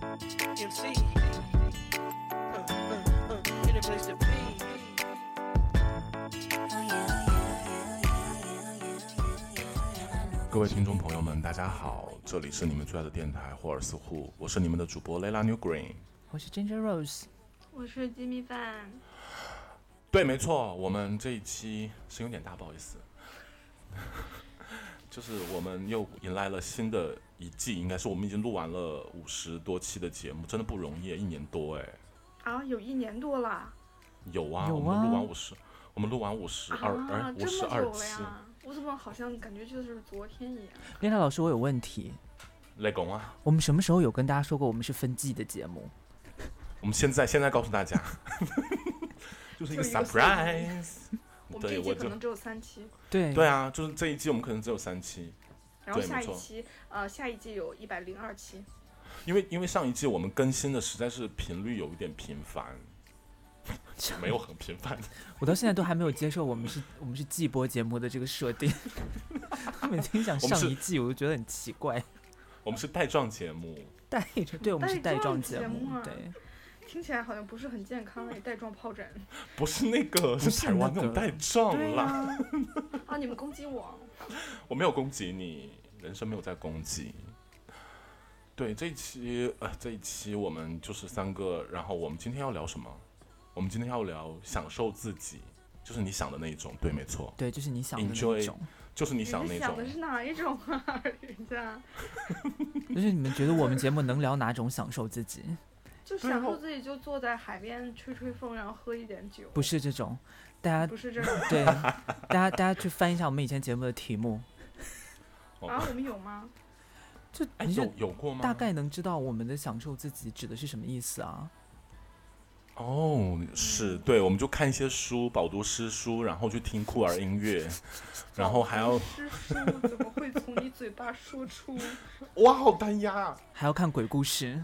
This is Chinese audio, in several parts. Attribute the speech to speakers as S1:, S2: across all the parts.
S1: fucking feet. Uh, uh, uh, in a place to be.
S2: Oh yeah, oh yeah, oh yeah, oh yeah, oh yeah, oh yeah, yeah. I know.
S3: 各位听众朋友们，大家好，这里是你们最爱的电台霍尔斯户，我是你们的主播 Layla New Green。
S4: 我是 Ginger Rose，
S5: 我是鸡米饭，
S3: 对，没错，我们这一期声音有点大，不好意 思，就是我们又迎来了新的一季，应该是我们已经录完了五十多期的节目，真的不容易，一年多哎，
S5: 啊，有一年多了
S3: 有啊，
S4: 有
S3: 我们
S4: 啊
S3: 录完五十，我们录完五十二，哎
S5: 啊，，
S3: 五
S5: 这
S3: 十
S5: 么
S3: 二
S5: 久
S3: 期
S5: 了，呀！我怎么好像感觉就是昨天一样？
S4: 丽娜老师，我有问题，
S3: 雷公啊，
S4: 我们什么时候有跟大家说过我们是分季的节目？
S3: 我们现在现在告诉大 家，就是一个
S5: 就一个
S3: surprise。
S5: 我们这
S3: 对，
S5: 一
S3: 我
S5: 季可
S3: 就
S5: 能只有三期，
S4: 对
S3: 对啊，就是这一季我们可能只有三期，
S5: 然后
S3: 对
S5: 下
S3: 没错
S5: 一期，呃，下一季有一百零二期，
S3: 因为因为上一季我们更新的实在是频率有一点频 繁，没有很频繁。
S4: 我到现在都还没有接受我们是我们是季播节目的这个设定。 我每次一想
S3: 我们
S4: 上
S3: 是
S4: 一季，我就觉得很奇怪。
S3: 我们是带状节目，
S4: 带着，对我们是带状节
S5: 带状节目啊
S4: 对，
S5: 听起来好像不是很健康哎，带状疱疹
S3: 不是那个，
S4: 不是
S3: 是台湾那种
S4: 那个
S3: 带状
S4: 对
S3: 啦。
S4: 啊，
S5: 啊！你们攻击我，
S3: 我没有攻击你，人生没有在攻击。对，这一期呃，这一期我们就是三个，然后我们今天要聊什么？我们今天要聊享受自己，就是你想的那一种，对，没错，
S4: 对，就是你想的那
S3: Enjoy
S4: 种，
S3: 就是 你
S5: 你
S3: 想的
S5: 们
S3: 那
S5: 想
S3: 种
S5: 的。是哪一种啊？人家
S4: 就是你们觉得我们节目能聊哪种享受自己？
S5: 就
S3: 对
S5: 享
S3: 我
S5: 受自己，就坐在海边吹吹风，然后喝一点酒，
S4: 不是这啊种，大家
S5: 不是 这种
S4: 对，大家大家去翻一下我们以前节目的题目，
S5: 啊？
S3: 哦，
S5: 我们有吗？
S4: 就
S3: 哎，
S4: 你
S3: 有
S4: 就
S3: 有过吗？
S4: 大概能知道我们的享受自己指的是什么意思啊？
S3: 哦，是对，我们就看一些书，饱读诗书，然后去听酷儿音乐，然后还要
S5: 诗书怎么会从你嘴巴说出？
S3: 哇，好单压。啊
S4: 还要看鬼故事，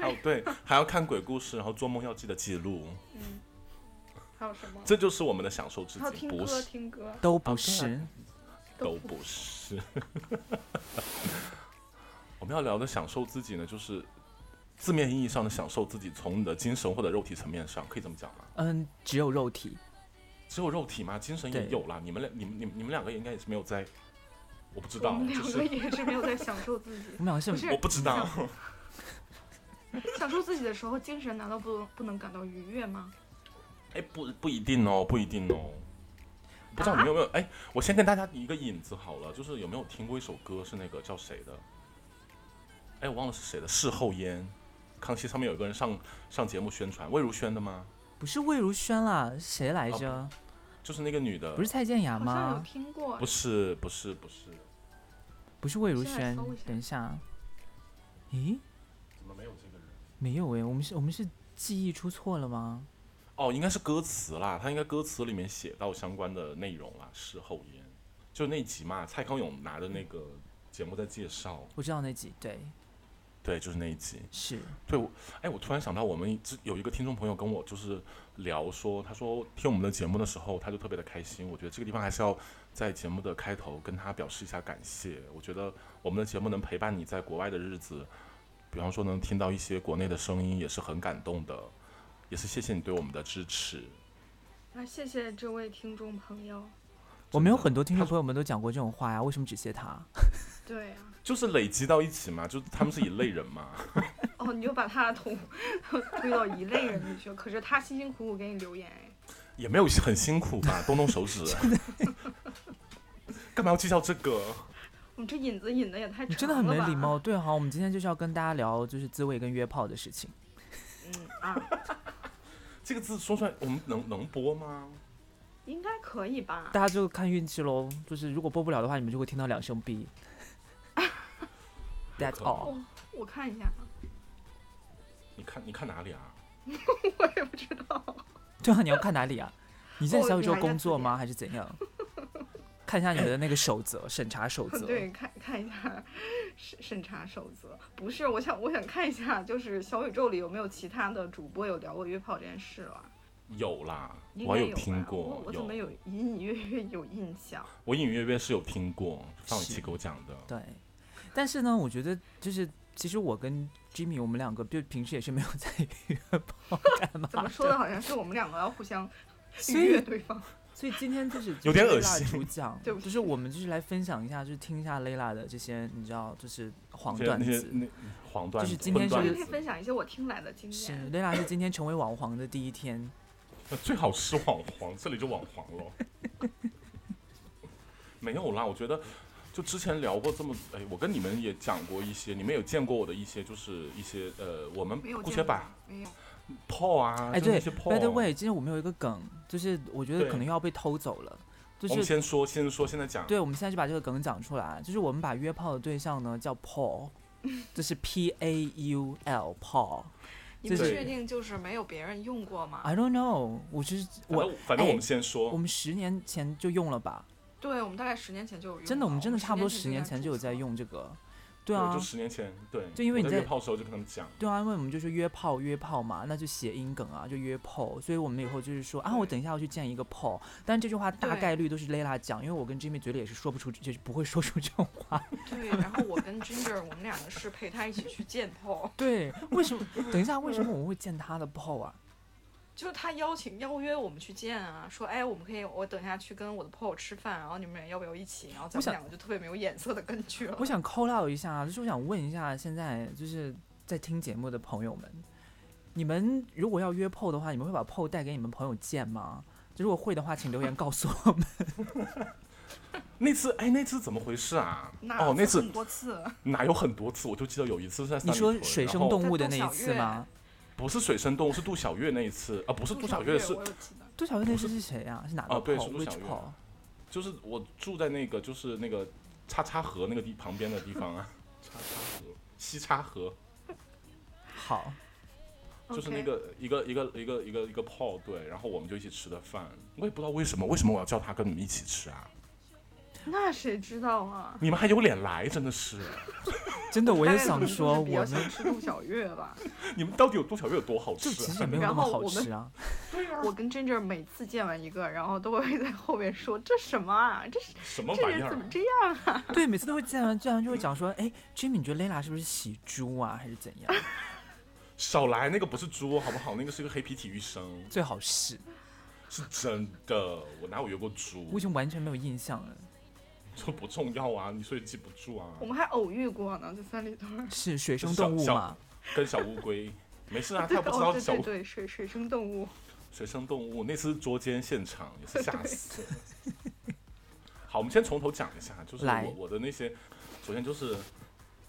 S3: 还有
S5: 对，
S3: 对，还要看鬼故事，然后做梦要记得记录，
S5: 嗯，还有什么？
S3: 这就是我们的享受自
S5: 还有
S3: 己，
S5: 听
S3: 不
S5: 歌，
S3: 是
S5: 听歌
S4: 都不
S3: 啊
S4: 是。
S3: 都不是。 我们要聊的享受自己呢，就是字面意义上的享受自己，从你的精神或者肉体层面上，可以这么讲吗？
S4: 嗯，只有肉体，
S3: 只有肉体吗？精神也
S4: 对
S3: 有啦。你们俩，你们你们你们两个应该也是没有在，我不知
S5: 我
S3: 道，
S5: 们
S3: 就
S5: 两个
S3: 是
S5: 也是没有在享受自己
S4: 我，们两个是
S5: 不是
S3: 我不知道。
S5: 享受自己的时候，精神难道不不能感到愉悦吗？
S3: 哎，不不一定哦，不一定哦。不
S4: 啊
S3: 知道你们有没有？哎、我先跟大家一个引子好了，就是有没有听过一首歌是那个叫谁的？哎，我忘了是谁的，《事后烟》。康熙上面有一个人上上节目宣传，魏如萱的吗？
S4: 不是魏如萱啦，是谁来着？
S3: 哦就是那个女的，
S4: 不是蔡健雅
S5: 好像有
S4: 吗？
S5: 听过
S3: 不，是，不是，不是，
S4: 不是魏如
S5: 现在
S4: 萱
S5: 搜一下，
S4: 等一下，咦，
S3: 怎么没有这个人？
S4: 没有诶，我们是我们是记忆出错了吗？
S3: 哦，应该是歌词啦，他应该歌词里面写到相关的内容啦，《事后烟》就那集嘛，蔡康永拿着那个节目在介绍，
S4: 我知道那集，对，
S3: 对，就是那一集。
S4: 是
S3: 对我，哎，我突然想到，我们之有一个听众朋友跟我就是聊说，他说听我们的节目的时候，他就特别的开心。我觉得这个地方还是要在节目的开头跟他表示一下感谢。我觉得我们的节目能陪伴你在国外的日子，比方说能听到一些国内的声音，也是很感动的，也是谢谢你对我们的支持。
S5: 那谢谢这位听众朋友。
S4: 我们有
S3: 的
S4: 很多听
S3: 他
S4: 众朋友们都讲过这种话呀，为什么只谢他？
S5: 对啊，
S3: 就是累积到一起嘛，就是他们是一类人嘛。
S5: 哦，你又把他同 推到一类人里去了，可是他辛辛苦苦给你留言哎。
S3: 也没有很辛苦吧，动动手指，干嘛要计较这个？
S5: 我们这引子引的也太
S4: 你
S5: 长
S4: 真
S5: 了
S4: 的
S5: 吧？
S4: 很没礼貌。对，啊好，我们今天就是要跟大家聊就是自慰跟约炮的事情。
S5: 嗯啊，
S3: 这个字说出来，我们能能播吗？
S5: 应该可以吧？
S4: 大家就看运气喽。就是如果播不了的话，你们就会听到两 声 B。That's
S3: 有可能
S4: all。
S5: 我看一下，啊
S3: 你看，你看哪里啊？
S5: 我也不知道。
S4: 对啊，你要看哪里啊？你在
S5: 哦
S4: 小宇
S5: 你
S4: 宙
S5: 还在
S4: 工作
S5: 自己
S4: 吗？还是怎样？ 看一下你的那个守则，审查 守则。
S5: 对，看看一下审审查守则。不是，我想我想看一下，就是小宇宙里有没有其他的主播有聊过约炮这件事了？
S3: 有啦，
S5: 嗯应
S3: 我
S5: 该
S3: 有
S5: 吧
S3: 听
S5: 我
S3: 过，
S5: 我怎么有隐隐约约有印 象？
S3: 我隐隐约约是有听过，上一期
S4: 是
S3: 给我讲的。
S4: 对但是呢，我觉得就是其实我跟 Jimmy，我们两个就平时也是没有 在约炮干嘛
S5: 怎么说
S4: 的
S5: 的，好像是我们两个要互 相
S4: 所
S5: 愉悦
S4: 以
S5: 对方。
S4: 所以今天就是
S3: 有点恶心
S4: 主讲，
S5: 对不起
S4: 就是我们就是来分享一下，就是听一下 Layla 的这些，你知道，就是黄
S3: 这
S4: 段
S3: 那些
S4: 子。
S3: 那黄段
S4: 就
S3: 子，
S4: 是今
S3: 荤
S4: 天是
S5: 我
S3: 段
S5: 今
S3: 子
S5: 天分享一些我听来的经
S4: 是
S5: 验。
S4: Layla 是今天成为网黄的第一天，
S3: 呃最好是网黄，这里就网黄了。 没有啦，我觉得就之前聊过这么，哎，我跟你们也讲过一些，你们有见过我的一些，就是一些呃，我们
S5: 没有
S3: 姑
S5: 见
S3: 且
S5: 过
S3: 把
S5: 没有，
S3: 炮啊，
S4: 哎，
S3: 就
S4: 对
S3: 那些炮啊
S4: ，By the way，今天我们有一个梗，就是我觉得
S3: 对
S4: 可能要被偷走了，就
S3: 我们
S4: 是
S3: 先说，先说，现在讲，
S4: 对，我们现在就把这个梗讲出来，啊就是我们把约炮的对象呢叫 Paul，就是 P A U L Paul。
S5: 你
S4: 就
S5: 们
S4: 是
S5: 确定就是没有别人用过吗？
S4: I don't know，我就是
S3: 反
S4: 我
S3: 正反正
S4: 哎
S3: 我们先
S4: 我
S3: 说，
S4: 们十年前就用了吧？
S5: 对，我们大概十年前就有用。
S4: 真嗯的，我们真的差不多十
S5: 十
S4: 年前就有在。用这个。对
S3: 就
S4: 啊，
S3: 十年前，对，
S4: 就因为
S3: 我
S4: 你
S3: 在
S4: 在
S3: 约炮的时候就跟他们讲，
S4: 对啊，因为我们就是约炮约炮嘛，那就谐音梗啊，就约炮，所以我们以后就是说啊，我等一下要去见一个炮，但这句话大
S5: 对
S4: 概率都是 Layla 讲，因为我跟 Jimmy 嘴里也是说不出，就是不会说出这种话。
S5: 对，然后我跟 Ginger 我们两个是陪他一起去见 Paul，
S4: 对， 为什么？等一下，为什么我们会见他的炮啊？
S5: 就是他邀请邀约我们去见啊，说哎我们可以我等一下去跟我的 Paul 吃饭，然后你们俩要不要一起？然后咱
S4: 我
S5: 们
S4: 想
S5: 两个就特别没有眼色的跟去了
S4: 我。想 call out 一下，啊就是我想问一下，现在就是在听节目的朋友们，你们如果要约炮的话，你们会把炮带给你们朋友见吗？就如果会的话，请留言告诉 我们。
S3: 那次，哎，那次怎么回事啊？
S5: 那
S3: 哦，那次
S5: 很多次，
S3: 哪有很多次，我就记得有一次是在三
S4: 你
S3: 里
S4: 说
S3: 屯
S4: 水
S3: 然
S4: 生
S3: 后
S4: 动物
S5: 在
S4: 的那
S5: 杜
S4: 一
S5: 小
S4: 次
S5: 月
S4: 吗？
S3: 不是水生动物，是杜小月那一次啊，不是杜小月，是
S5: 我有记得。
S4: 杜小月那次是谁啊？是哪个
S3: 哦对
S4: 炮
S3: 是杜
S4: w h i
S3: 小
S4: c
S3: 月
S4: h 炮？
S3: 就是我住在那个就是那个叉叉河那个地旁边的地方啊，叉叉河西叉河，
S4: 好，
S3: 就是那个一个一个一个一个一个炮对，然后我们就一起吃的饭，我也不知道为什么，为什么我要叫他跟你们一起吃啊？
S5: 那谁知道啊？
S3: 你们还有脸来，真的是，
S4: 真的我也
S5: 大概可
S4: 想
S5: 能
S4: 说，
S5: 就是比较
S4: 我
S5: 想
S4: 们
S5: 吃杜小月吧。
S3: 你们到底有杜小月有多好
S4: 就其
S3: 吃、
S4: 实也
S3: 啊？
S4: 没有那
S5: 然
S4: 么
S5: 后
S4: 好
S5: 我们
S4: 吃啊。
S5: 我跟 Ginger 每次见完一个，然后都会在后面说这什么啊，这是
S3: 什么
S5: 这
S3: 玩意
S5: 人
S3: 儿
S5: 怎么
S3: 啊？
S5: 这样？
S4: 对，每次都会见完，见完就会讲说，哎，Jimmy，你觉得 Layla 是不是喜猪啊，还是怎样？
S3: 少来，那个不是猪好不好？那个是个黑皮体育生，
S4: 最好是，
S3: 是真的，我哪有约过猪
S4: 我已？经完全没有印象了。
S3: 这不重要啊，你所以记不住啊
S5: 我。们还偶遇过呢，在三里屯。
S4: 是水
S3: 就
S4: 生
S3: 小
S4: 动物
S3: 小
S4: 嘛？
S3: 跟小乌龟，没事 啊，他
S5: 对
S3: 又不知道
S4: 哦
S5: 对
S3: 小乌
S5: 对对，水水生动物。
S3: 水生动物那次是捉奸现场，也是吓死了。好，我们先从头讲一下，就是
S4: 来
S3: 我我的那些，首先就是，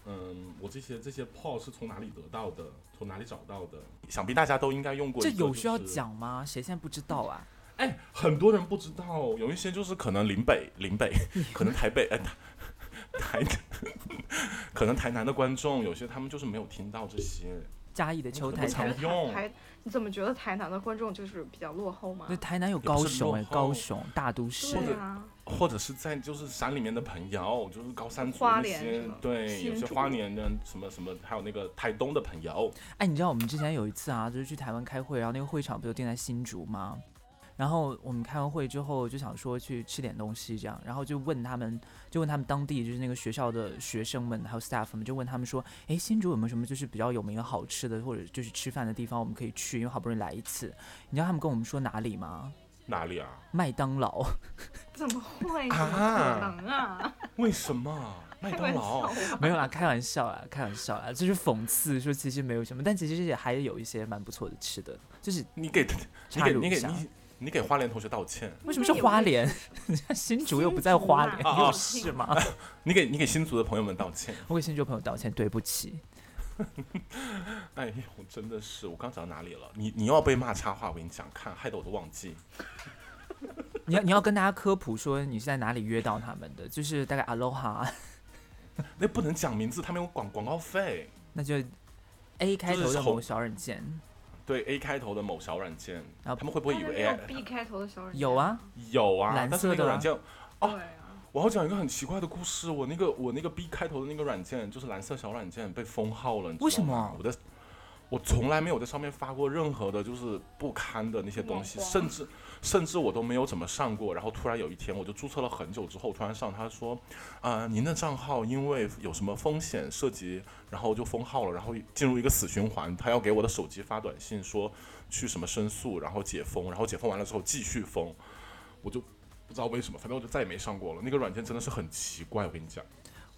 S3: 嗯，我这些这些 PO 是从哪里得到的，从哪里找到的？想必大家都应该用过、
S4: 这有需要？讲吗？谁现在不知道
S5: 嗯
S4: 啊？
S3: 哎，很多人不知道，有一些就是可能林北、林 北，可能台北，哎、台台， 可能台南的观众，有些他们就是没有听到这些，
S4: 嘉义的秋
S3: 不
S4: 台
S3: 常
S4: 台，
S3: 用。
S5: 台，你怎么觉得台南的观众就是比较落后吗
S4: 对？台南有
S3: 不
S4: 高
S3: 是
S4: 雄
S3: 落
S4: 哎，
S3: 后
S4: 高雄大都市
S3: 或者
S5: 对啊，
S3: 或者是在就是山里面的朋友，就是高山族
S5: 花
S3: 那
S5: 莲
S3: 些
S5: 是吗，
S3: 对，
S5: 新
S3: 有些
S5: 竹
S3: 花莲人什么什么，还有那个台东的朋友，
S4: 哎，你知道我们之前有一次啊，就是去台湾开会，然后那个会场不就定在新竹吗？然后我们开完会之后就想说去吃点东西这样，然后就问他们，就问他们当地就是那个学校的学生们还有 staff 们，就问他们说，哎，新竹有没有什么就是比较有名的好吃的或者就是吃饭的地方我们可以去，因为好不容易来一次。你知道他们跟我们说哪里吗？
S3: 哪里啊？
S4: 麦当劳。
S5: 怎么会？怎么
S3: 啊
S5: 可能 啊？
S3: 为什 么麦
S5: 开
S3: 当
S5: 玩笑啊
S3: 劳？
S5: 吧。
S4: 没有啦，开玩笑啦，开玩笑啦，就是讽刺说其实没有什么，但其实也还有一些蛮不错的吃的，就是
S3: 你给你
S4: 插
S3: 给
S4: 入
S3: 你
S4: 一
S3: 给
S4: 下。
S3: 你你给花莲同学道歉，
S4: 为什么是花莲？ 人家新竹又不在花莲，
S5: 新
S3: 竹啊
S4: 有事吗？
S3: 你给你给新竹的朋友们道歉。
S4: 我给新竹朋友道歉，对不起。
S3: 哎呦，我真的是，我刚讲到哪里了？你你又要被骂插话，我跟你讲，看害得我都忘记。
S4: 你要你要跟大家科普说你是在哪里约到他们的，就是大概 Aloha，
S3: 那不能讲名字，他们有广广告费。
S4: 那就 A 开头
S3: 就是
S4: 的
S3: 从
S4: 某小软件
S3: 对 A 开头的某小软件，
S4: 啊
S3: 他们会不
S5: 我
S3: 会以为 AI
S5: B 开头的小人
S4: 有啊？
S3: 有啊？
S4: 蓝
S3: 但是那
S4: 色
S3: 个
S4: 的啊
S3: 软件
S5: 对
S3: 哦
S5: 啊，
S3: 我要讲一个很奇怪的故事，我那个我那个 B 开头的那个软件，就是蓝色小软件被封号了，你知道吗
S4: 为什么
S3: 我在我从来没有在上面发过任何的，就是不堪的那些东
S4: 嗯
S3: 西，
S4: 啊
S5: 曝光
S3: 甚至甚至我都没有怎么上过。然后突然有一天，我就注册了很久之后，突然上，他说，啊、您的账号因为有什么风险涉及，然后就封号了，然后进入一个死循环。他要给我的手机发短信说去什么申诉，然后解封，然后解封完了之后继续封，我就不知道为什么，反正我就再也没上过了。那个软件真的是很奇怪，我跟你讲。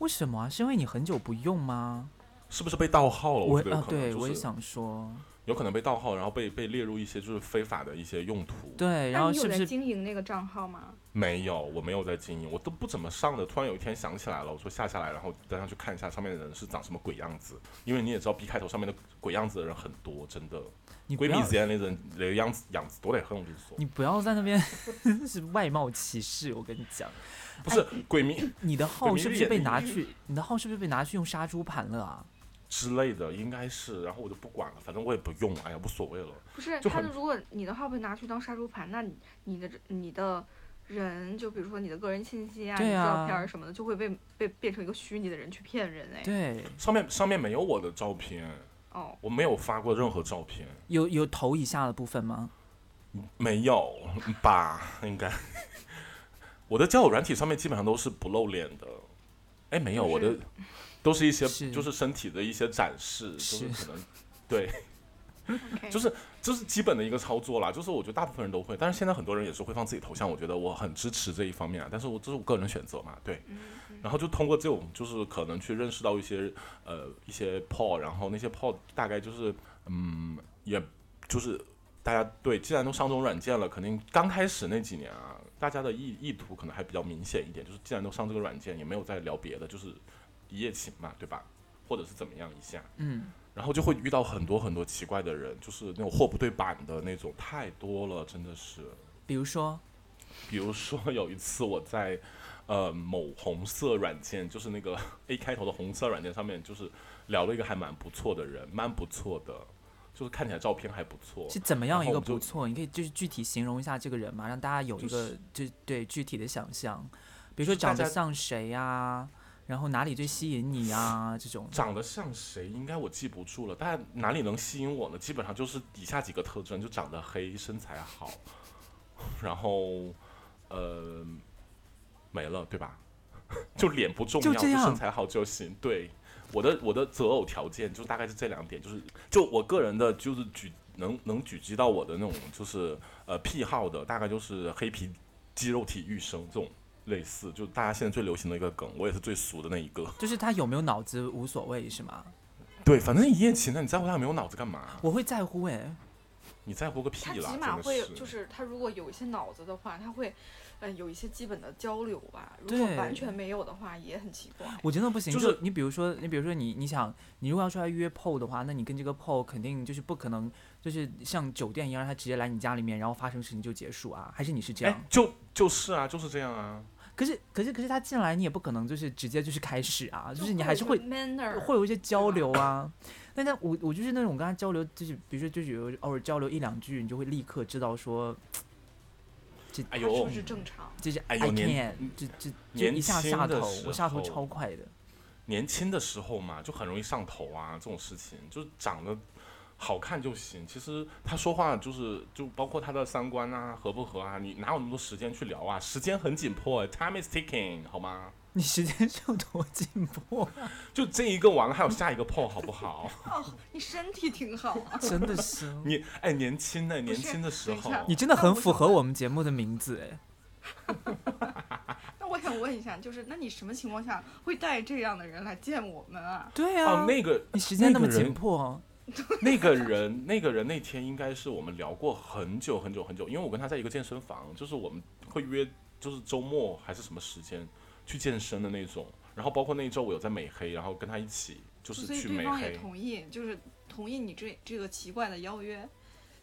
S4: 为什么啊？是因为你很久不用吗？
S3: 是不是被盗号了？
S4: 我
S3: 哦觉得有
S4: 啊，
S3: 可能、
S4: 对，
S3: 就是、
S4: 我也想说，
S3: 有可能被盗号，然后被被列入一些就是非法的一些用途。
S4: 对，然
S5: 那
S4: 后
S5: 你有
S4: 是不
S5: 在
S4: 是
S5: 经营那个账号吗？
S3: 没有，我没有在经营，我都不怎么上的。突然有一天想起来了，我说下下来，然后再上去看一下上面的人是长什么鬼样子。因为你也知道，B 开头上面的鬼样子的人很多，真的
S4: 你不
S3: 闺蜜
S4: 要
S3: 之间那人那样子样子多得很，我跟你说。
S4: 你不要在那边 是外貌歧视，我跟你讲，
S3: 不是闺蜜
S4: 你的号
S3: 对
S4: 是
S3: 明
S4: 不是
S3: 显
S4: 被
S3: 你
S4: 拿
S3: 一
S4: 去？你的号是不是被拿去用杀猪盘了啊？
S3: 之类的，应该是。然后我就不管了，反正我也不用，哎呀，无所谓了。
S5: 不是，
S3: 就
S5: 他
S3: 很
S5: 如果你的号被拿去当杀猪盘，那你你的你的人，就比如说你的个人信息啊、
S4: 对
S5: 你的
S4: 啊
S5: 照片儿什么的，就会被被变成一个虚拟的人去骗人哎。
S4: 对，
S3: 上面上面没有我的照片，
S5: 哦，
S3: 我没有发过任何照片，
S4: 有有头以下的部分吗？
S3: 没有吧？应该。我的交友软体上面基本上都是不露脸的，哎，没有，
S5: 就是
S3: 我的都是一些
S4: 是
S3: 就是身体的一些展示，就是是可能对，
S5: OK
S3: 哎就是就是基本的一个操作啦。就是我觉得大部分人都会，但是现在很多人也是会放自己头像，我觉得我很支持这一方面啊。但是我这是我个人选择嘛，对。然后就通过这种，就是可能去认识到一些呃一些 p o 然后那些 p o 大概就是嗯，也就是大家对，既然都上这种软件了，肯定刚开始那几年啊，大家的意意图可能还比较明显一点，就是既然都上这个软件，也没有再聊别的，就是一夜情嘛，对吧？或者是怎么样一下，
S4: 嗯，
S3: 然后就会遇到很多很多奇怪的人，就是那种货不对版的那种，太多了，真的是。
S4: 比如说，
S3: 比如说有一次我在呃某红色软件，就是那个 A 开头的红色软件上面，就是聊了一个还蛮不错的人，蛮不错的，就是看起来照片还不错，
S4: 是怎么
S3: 然后
S4: 样一个
S3: 我们就
S4: 不错？你可以就是具体形容一下这个人嘛，让大家有一
S3: 就
S4: 个
S3: 是
S4: 就对具体的想象，比
S3: 就
S4: 如说
S3: 是大
S4: 长得
S3: 家
S4: 像谁啊，然后哪里最吸引你啊这种。
S3: 长得像谁，应该我记不住了，但哪里能吸引我呢？基本上就是以下几个特征：就长得黑，身材好，然后呃没了，对吧？ 就脸不重要，
S4: 就
S3: 就
S4: 这样
S3: 身材好就行。对，我的我的择偶条件就大概是这两点，就是就我个人的就是举能能举及到我的那种就是呃癖好的，大概就是黑皮肌肉体育生这种。类似，就大家现在最流行的一个梗，我也是最俗的那一个。
S4: 就是他有没有脑子无所谓是吗？
S3: 对，反正一夜情，那你在乎他有没有脑子干嘛？
S4: 我会在乎哎、
S3: 你在乎个
S5: 他
S3: 屁啦！
S5: 起
S3: 真
S5: 码
S3: 的
S5: 会
S3: 是，
S5: 就是他如果有一些脑子的话，他会，呃，有一些基本的交流吧。如
S4: 对
S5: 果完全没有的话，也很奇怪。
S4: 我真的不行。
S3: 就
S4: 就是你比如说，你比如说你你想，你如果要出来约炮的话，那你跟这个炮肯定就是不可能，就是像酒店一样，让他直接来你家里面，然后发生事情就结束啊？还是你是这样？
S3: 哎，就就是啊，就是这样啊。
S4: 可是可是可是他进来，你也不可能就是直接就是开始啊，就是你
S5: 有
S4: 还
S5: 一
S4: 是
S5: 个
S4: 会
S5: manner，
S4: 会有一些交流啊。但但我我就是那种跟他交流，就是比如说就是有偶尔交流一两句，你就会立刻知道说
S3: 哎
S5: 他是
S3: 呦
S5: 不，是正常？
S4: 就是
S3: 哎
S4: I
S3: 呦
S4: can，
S3: 年
S4: 这这就
S3: 年
S4: 一下
S3: 轻
S4: 下
S3: 的
S4: 头，
S3: 时
S4: 我下头
S3: 候
S4: 超快的。
S3: 年轻的时候嘛，就很容易上头啊，这种事情就是长得好看就行。其实他说话就是就包括他的三观啊合不合啊，你哪有那么多时间去聊啊？时间很紧迫、t i m e is ticking，好吗？
S4: 你时间 是有多进步啊、
S3: 就这一个完了，还有下一个 p 好不好？
S5: 哦，你身体挺好啊。
S4: 真的是。
S3: 你哎，年轻呢、年
S5: 是
S3: 轻的时
S5: 等一
S3: 候
S5: 下，
S4: 你真的
S5: 那
S4: 很
S5: 我
S4: 符
S5: 想
S4: 合
S5: 问
S4: 我们节目的名字哎，
S5: 那我想问一下，就是那你什么情况下会带这样的人来见我们啊？
S4: 对
S3: 哦，那个
S4: 你时间那
S3: 那
S4: 么
S3: 个
S4: 紧
S3: 人
S4: 迫，
S3: 那个人， 那个人那天应该是我们聊过很久很久很久，因为我跟他在一个健身房，就是我们会约，就是周末还是什么时间去健身的那种。然后包括那一周我有在美黑，然后跟他一起就是
S5: 所以
S3: 去
S5: 对
S3: 美
S5: 方也
S3: 黑。
S5: 同意，就是同意你这这个奇怪的邀约。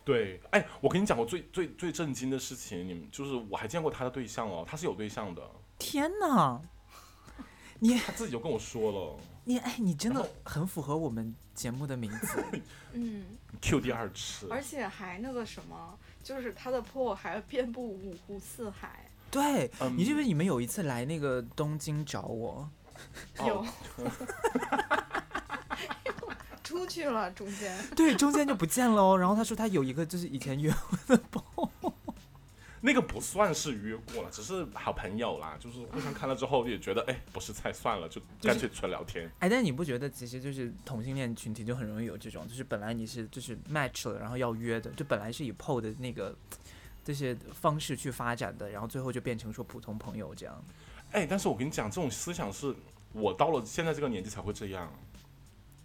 S3: 对，哎，我跟你讲过最最最震惊的事情，你们就是我还见过他的对象哦，他是有对象的，
S4: 天哪！
S3: 他自己就跟我说了。
S4: 你哎，你真
S3: 然
S4: 的很符合我们节目的名字，
S5: 嗯，
S3: Q 第二次，
S5: 而且还那个什么，就是他的 PO 还遍布五湖四海。
S4: 对你记
S3: 嗯
S4: 不记得你们有一次来那个东 京找我，
S3: 哦
S5: 有 出去了，中间
S4: 对，中间就不见了哦。然后他说他有一个就是以前约会的朋友，
S3: 那个不算是约过了，只是好朋友啦，就是互相看了之后也觉得，哎，不是菜算了，就干脆纯聊天。
S4: 哎，但你不觉得其实就是同性恋群体就很容易有这种，就是本来你是就是 match 了，然后要约的，就本来是以 PO 的那个这些方式去发展的，然后最后就变成说普通朋友这样。
S3: 哎，但是我跟你讲，这种思想是我到了现在这个年纪才会这样。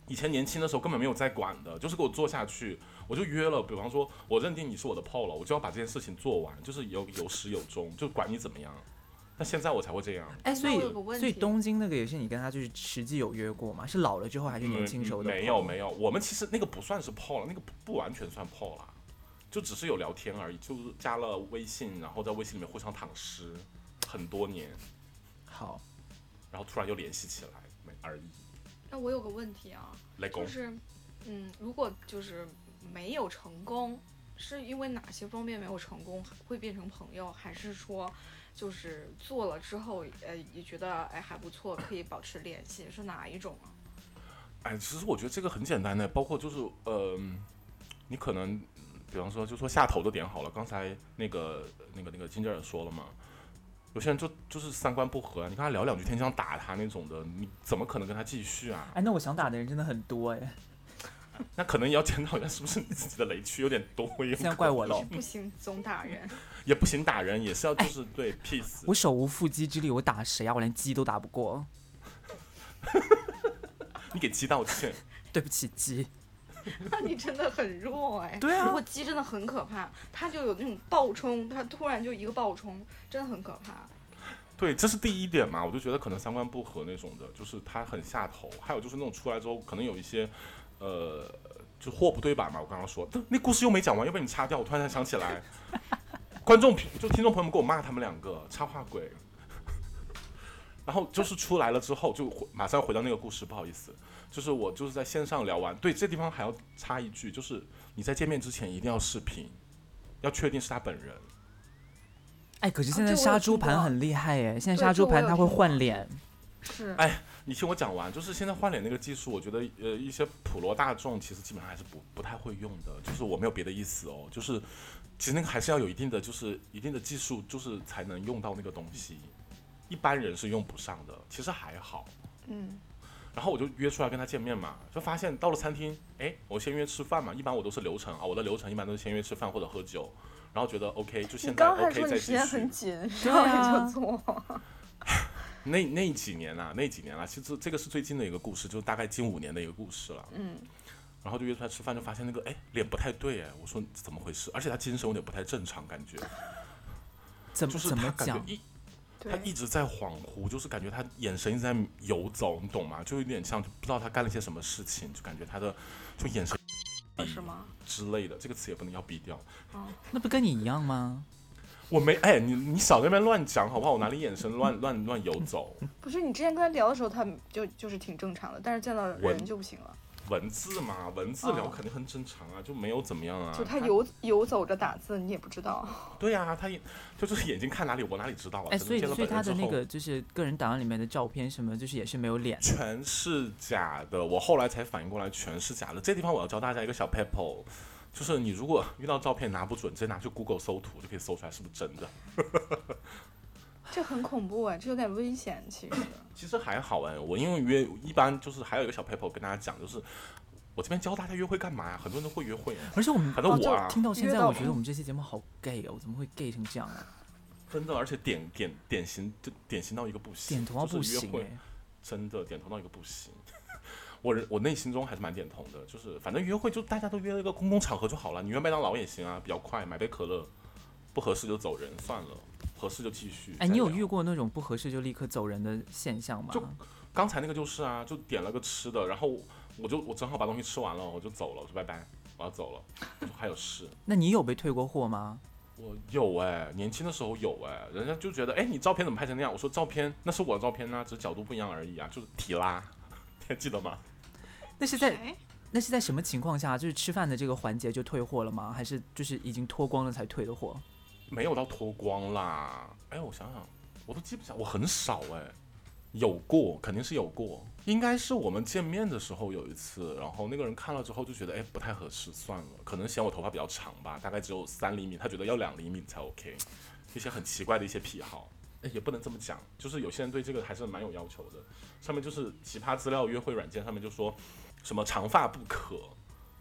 S3: 以前年轻的时候根本没有在管的，就是给我做下去，我就约了。比方说，我认定你是我的炮了，我就要把这件事情做完，就是有有始有终，就管你怎么样。但现在我才会这样，
S4: 哎，所以
S5: 那我有个问
S4: 所以
S5: 题
S4: 东京那个也是你跟他就是实际有约过吗？是老了之后还是年轻时候
S3: 嗯
S4: 的、
S3: 没有没有，我们其实那个不算是泡了，那个不不完全算泡啦，就只是有聊天而已，就是加了微信，然后在微信里面互相躺尸很多年，
S4: 好，
S3: 然后突然又联系起来没而已。
S5: 那我有个问题啊，
S3: 雷公
S5: 就，是，嗯，如果就是没有成功，是因为哪些方面没有成功会变成朋友，还是说就是做了之后，呃，也觉得哎还不错，可以保持联系，是哪一种啊？
S3: 哎，其实我觉得这个很简单的，包括就是呃，你可能比方说就说下头的点好了，刚才那个那个那个金正也说了嘛。有些人就就是三观不合啊，你跟他聊两句天就想打他那种的，你怎么可能跟他继续啊？
S4: 哎，那我想打的人真的很多哎、
S3: 那可能也要检讨一下，是不是你自己的雷区有点多？也有
S4: 现在
S3: 可
S4: 怪我
S3: 能
S4: 了，
S5: 不行，总打人。
S3: 也不行，打人也是要就是对 peace。
S4: 哎我手无缚鸡之力，我打谁啊？我连鸡都打不过，
S3: 你给鸡道歉，
S4: 对不起鸡。
S5: 你真的很弱哎。
S4: 对啊
S5: 不过鸡真的很可怕，它就有那种暴冲，它突然就一个暴冲，真的很可怕。
S3: 对，这是第一点嘛，我就觉得可能三观不合那种的，就是他很下头。还有就是那种出来之后，可能有一些，呃，就货不对版嘛。我刚刚说，但那故事又没讲完，要不然你掐掉。我突然想起来， 观众就听众朋友们给我骂他们两个插话鬼。然后就是出来了之后，就回马上回到那个故事，不好意思，就是我就是在线上聊完，对这地方还要插一句，就是你在见面之前一定要视频，要确定是他本人。
S4: 哎，可是
S5: 啊
S4: 现在
S5: 这我有
S4: 杀
S5: 听
S4: 猪盘
S5: 过
S4: 很厉害哎，现在
S5: 对
S4: 杀
S5: 这
S4: 猪
S5: 我
S4: 盘
S5: 有
S4: 它会
S5: 听
S4: 换
S5: 过
S4: 脸，
S5: 是
S3: 哎你听我讲完，就是现在换脸那个技术，我觉得呃一些普罗大众其实基本上还是不不太会用的。就是我没有别的意思哦，就是其实那个还是要有一定的就是一定的技术，就是才能用到那个东西，一般人是用不上的。其实还好。
S5: 嗯，
S3: 然后我就约出来跟他见面嘛，就发现到了餐厅，哎，我先约吃饭嘛，一般我都是流程啊，我的流程一般都是先约吃饭或者喝酒，然后觉得 OK 就现在 OK 再继续。
S5: 紧，
S4: 对啊
S5: 做。
S3: 那那几年啦、那几年啦、其实这个是最近的一个故事，就大概近五年的一个故事了。
S5: 嗯，
S3: 然后就约出来吃饭，就发现那个哎脸不太对哎，我说怎么回事？而且他精神有点不太正常，感觉
S4: 怎么
S3: 就是
S4: 怎
S3: 他
S4: 么
S3: 感觉
S4: 讲？
S3: 一
S5: 对
S3: 他，一直在恍惚，就是感觉他眼神一直在游走，你懂吗？就有点像就不知道他干了些什么事情，就感觉他的就眼神
S5: 是吗？
S3: 之类的，这个词也不能要逼掉。
S4: 那不跟你一样吗？
S3: 我没哎，你你少在那边乱讲好不好？我哪里眼神乱乱乱游走？
S5: 不是，你之前跟他聊的时候，他就就是挺正常的，但是见到
S3: 我
S5: 人就不行了，
S3: 文字嘛，文字聊
S5: 哦
S3: 肯定很正常啊，就没有怎么样啊。
S5: 就他游游走着打字，你也不知道。
S3: 对呀、他也就是眼睛看哪里，我哪里知道啊？
S4: 哎，
S3: 只能
S4: 所以
S3: 见了
S4: 所以
S3: 本
S4: 他
S3: 人之
S4: 的那
S3: 后
S4: 个就是个人档案里面的照片什么，就是也是没有脸的。
S3: 全是假的，我后来才反应过来全是假的。这地方我要教大家一个小 pebble，就是你如果遇到照片拿不准，直接拿去 Google 搜图就可以搜出来是不是真的。
S5: 这很恐怖哎，这有点危险，其实。
S3: 其实还好哎，我因为约一般就是还有一个小 pebble 跟大家讲，就是我这边教大家约会干嘛呀？很多人都会约会哎，
S4: 而且我们
S3: 反正我啊，
S4: 听到现
S5: 约
S4: 在，
S5: 到
S4: 我觉得我们这期节目好 gay 哦，怎么会 gay 成这样啊？
S3: 真的，而且典典典型就典型到一个不行，
S4: 点头啊
S3: 就
S4: 不
S3: 是约
S4: 行
S3: 会
S4: 哎，
S3: 真的点头到一个不行。 我人我内心中还是蛮点头的，就是反正约会就大家都约了一个公共场合就好了，你约麦当劳也行啊，比较快，买杯可乐，不合适就走人算了，合适就继续。
S4: 哎，你有
S3: 再聊
S4: 遇过那种不合适就立刻走人的现象吗？
S3: 就刚才那个就是啊，就点了个吃的，然后我就我正好把东西吃完了，我就走了，我说拜拜，我要走了，我说还有事。
S4: 那你有被退过货吗？
S3: 我有哎、年轻的时候有哎、人家就觉得哎、你照片怎么拍成那样？我说照片那是我的照片呐、只是角度不一样而已啊，就是提拉， 你还记得吗？
S4: 那是在
S5: 谁？
S4: 那是在什么情况下？就是吃饭的这个环节就退货了吗？还是就是已经脱光了才退的货？
S5: 啊
S3: 没有到脱光啦。哎，我想想，我都记不起来，我很少哎、有过，肯定是有过，应该是我们见面的时候有一次，然后那个人看了之后就觉得，哎，不太合适，算了，可能嫌我头发比较长吧，大概只有三厘米，他觉得要两厘米才 OK，一些很奇怪的一些癖好，哎，也不能这么讲，就是有些人对这个还是蛮有要求的。上面就是奇葩资料约会软件上面就说什么长发不可，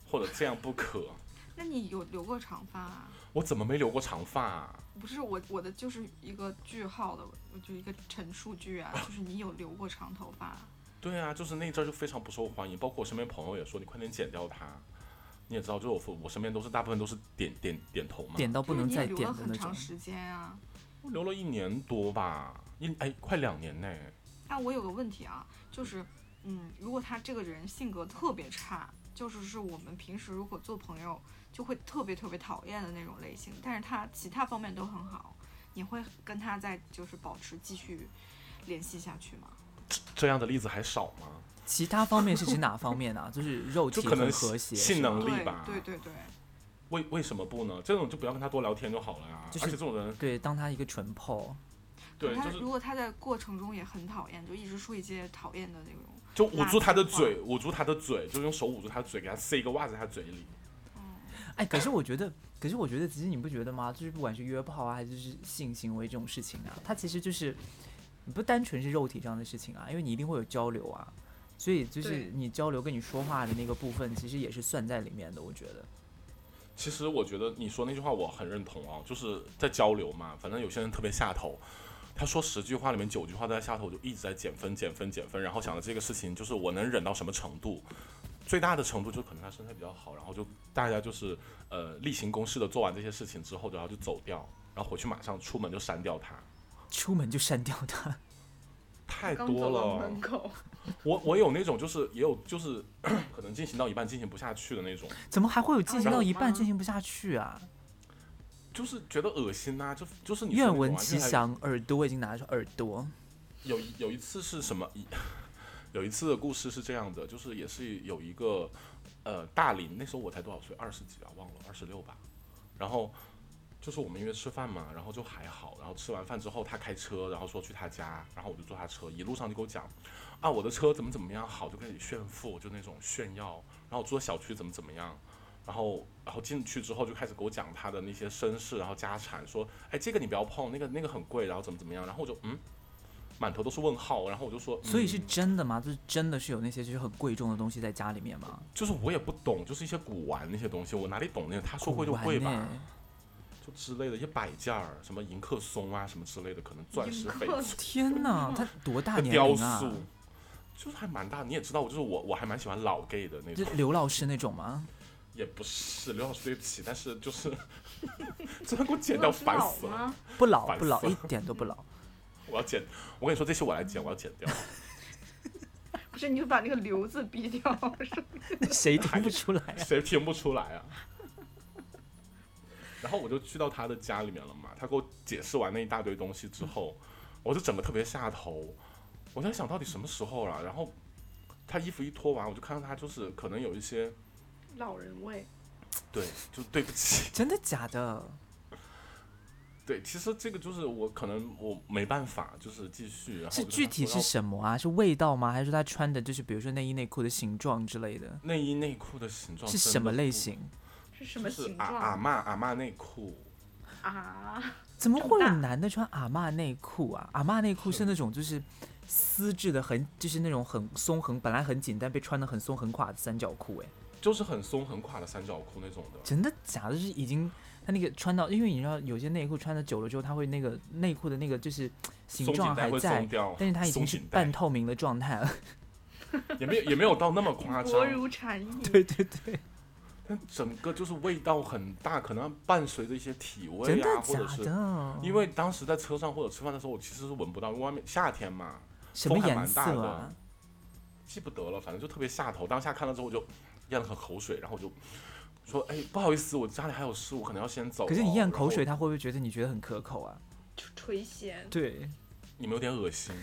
S3: 或者这样不可，
S5: 那你有留过长发、啊？
S3: 我怎么没留过长发、啊？
S5: 不是我，我的就是一个句号的，就一个陈述句啊，就是你有留过长头发、
S3: 对啊，就是那一阵儿就非常不受欢迎，包括我身边朋友也说你快点剪掉它。你也知道，就是我父我身边都是大部分都是点点点头嘛，
S4: 点到不
S5: 就是
S4: 能
S5: 你也
S4: 再
S5: 留
S4: 点
S5: 了
S4: 的
S5: 很
S4: 那
S5: 长
S4: 种。
S5: 时间啊。
S3: 我留了一年多吧，一哎快两年呢。
S5: 哎，我有个问题啊，就是，嗯，如果他这个人性格特别差，就是是我们平时如果做朋友就会特别特别讨厌的那种类型，但是他其他方面都很好，你会跟他在就是保持继续联系下去吗？
S3: 这样的例子还少吗？
S4: 其他方面是指哪方面啊？就是肉体
S3: 就可能
S4: 很和谐，
S3: 性
S4: 是吗
S3: 能力
S5: 对
S3: 吧
S5: 对对对，
S3: 为为什么不呢？这种就不要跟他多聊天就好了呀。
S4: 就
S3: 而
S4: 是
S3: 且这种人，
S4: 对，当他一个纯炮，
S3: 对，
S5: 他
S3: 就是
S5: 如果他在过程中也很讨厌，就一直说一些讨厌的那种，
S3: 就捂住他的嘴，捂住他的嘴，就用手捂住他的嘴，给他塞一个袜子在他嘴里。
S4: 哎，可是我觉得，可是我觉得，其实你不觉得吗？就是不管是约炮啊，还是是性行为这种事情啊，它其实就是不单纯是肉体上的事情啊，因为你一定会有交流啊，所以就是
S5: 对
S4: 你交流跟你说话的那个部分，其实也是算在里面的。我觉得，
S3: 其实我觉得你说那句话我很认同哦，就是在交流嘛。反正有些人特别下头，他说十句话里面九句话都在下头，我就一直在减分、减分、减分，然后想着这个事情就是我能忍到什么程度，最大的程度就可能他身材比较好，然后就大家就是呃例行公事的做完这些事情之后，然后就走掉，然后回去马上出门就删掉他，
S4: 出门就删掉它，
S3: 太
S5: 刚走
S3: 多
S5: 到
S3: 了
S5: 门。口，
S3: 我我有那种就是也有就是 可能进行到一半进行不下去的那种。
S4: 怎么还会有进行
S5: 啊
S4: 到
S5: 有
S4: 一半
S5: 吗
S4: 进行不下去啊？
S3: 就是觉得恶心呐、就就是你说那
S4: 愿
S3: 种啊
S4: 闻其
S3: 越来越
S4: 详，耳朵我已经拿着耳朵，
S3: 有一有一次是什么？一有一次的故事是这样的，就是也是有一个呃大龄，那时候我才多少岁？二十几啊，忘了，二十六吧。然后就是我们约吃饭嘛，然后就还好。然后吃完饭之后，他开车，然后说去他家，然后我就坐他车，一路上就给我讲啊我的车怎么怎么样好，就开始炫富，就那种炫耀。然后我住的小区怎么怎么样。然后，然后进去之后就开始给我讲他的那些身世，然后家产，说，哎，这个你不要碰，那个那个很贵，然后怎么怎么样，然后我就，嗯，满头都是问号，然后我就说，
S4: 所以是
S3: 嗯
S4: 真的吗？就是真的是有那些就是很贵重的东西在家里面吗？
S3: 就是我也不懂，就是一些古玩那些东西，我哪里懂那个？他说贵就
S4: 玩
S3: 贵吧
S4: 呢，
S3: 就之类的，一些摆件儿，什么迎客松啊，什么之类的，可能钻石、
S5: 迎
S3: 翡
S5: 客
S3: 翠
S4: 天哪，他多大
S3: 的
S4: 年
S3: 雕
S4: 龄
S3: 塑，
S4: 啊？
S3: 就是还蛮大。你也知道，我就是我，我还蛮喜欢老 gay 的那
S4: 就
S3: 种，
S4: 刘老师那种吗？
S3: 也不是刘老师对不起，但是就是 真的给我剪
S5: 我
S3: 掉，
S5: 是
S3: 烦
S5: 老
S3: 死了。
S5: 吗？
S4: 不老
S3: 烦
S4: 不老，
S3: 死了
S4: 一点都 不老。
S3: 我要剪，我跟你说，这期我来剪，我要剪掉。
S5: 不是，你就把那个留字 逼掉，是吧
S4: 那谁听不出来呀、
S3: 谁听不出来啊？然后我就去到他的家里面了嘛，他给我解释完那一大堆东西之
S4: 嗯
S3: 后，我就整个特别下头，我在想到底什么时候了。然后他衣服一脱完，我就看到他就是可能有一些
S5: 老人味。
S3: 对，就对不起，
S4: 真的假的？
S3: 对，其实这个就是我可能我没办法，就是继续。然后
S4: 是
S3: 我就跟他
S4: 具体
S3: 说
S4: 是
S3: 要
S4: 什么啊？是味道吗？还是说他穿的就是比如说内衣内裤的形状之类的？
S3: 内衣内裤的形状
S4: 是
S3: 哦真的
S4: 什么类
S3: 不？
S4: 型？
S5: 是什
S3: 就
S5: 么
S3: 是啊
S5: 形
S3: 阿
S5: 状
S3: 阿嬷阿嬷内裤，
S5: 啊
S4: 怎么会有
S5: 这么
S4: 男的穿阿嬷内裤啊？阿嬷内裤是那种就是丝质的很，就是那种很松很本来很紧，但被穿的很松很垮的三角裤、哎，
S3: 就是很松很垮的三角裤那种的。
S4: 真的假的？就是已经他那个穿到，因为你知道有些内裤穿的久了之后，它会那个内裤的那个就是形
S3: 松
S4: 状
S3: 紧带
S4: 还
S3: 会
S4: 在
S3: 松，掉，
S4: 但是它已
S3: 松
S4: 经是
S3: 紧带
S4: 半透明的状 态了。
S3: 也没有也没有到那么夸
S5: 薄
S3: 张，
S5: 如蝉翼。
S4: 对对对，
S3: 但整个就是味道很大，可能伴随着一些体味
S4: 真
S3: 啊，
S4: 的
S3: 或者
S4: 假
S3: 是
S4: 的？
S3: 因为当时在车上或者吃饭的时候，我其实是闻不到，因为外面夏天嘛，
S4: 什么
S3: 风还
S4: 颜
S3: 蛮
S4: 色
S3: 大的哦
S4: 啊？
S3: 记不得了，反正就特别下头。当下看了之后，我就咽了口口水，然后我就说：“哎，不好意思，我家里还有事，我可能要先走了。”
S4: 可是你咽口水，
S3: 然后
S4: 他会不会觉得你觉得很可口啊？
S5: 垂涎，
S4: 对，
S3: 你们有点恶心。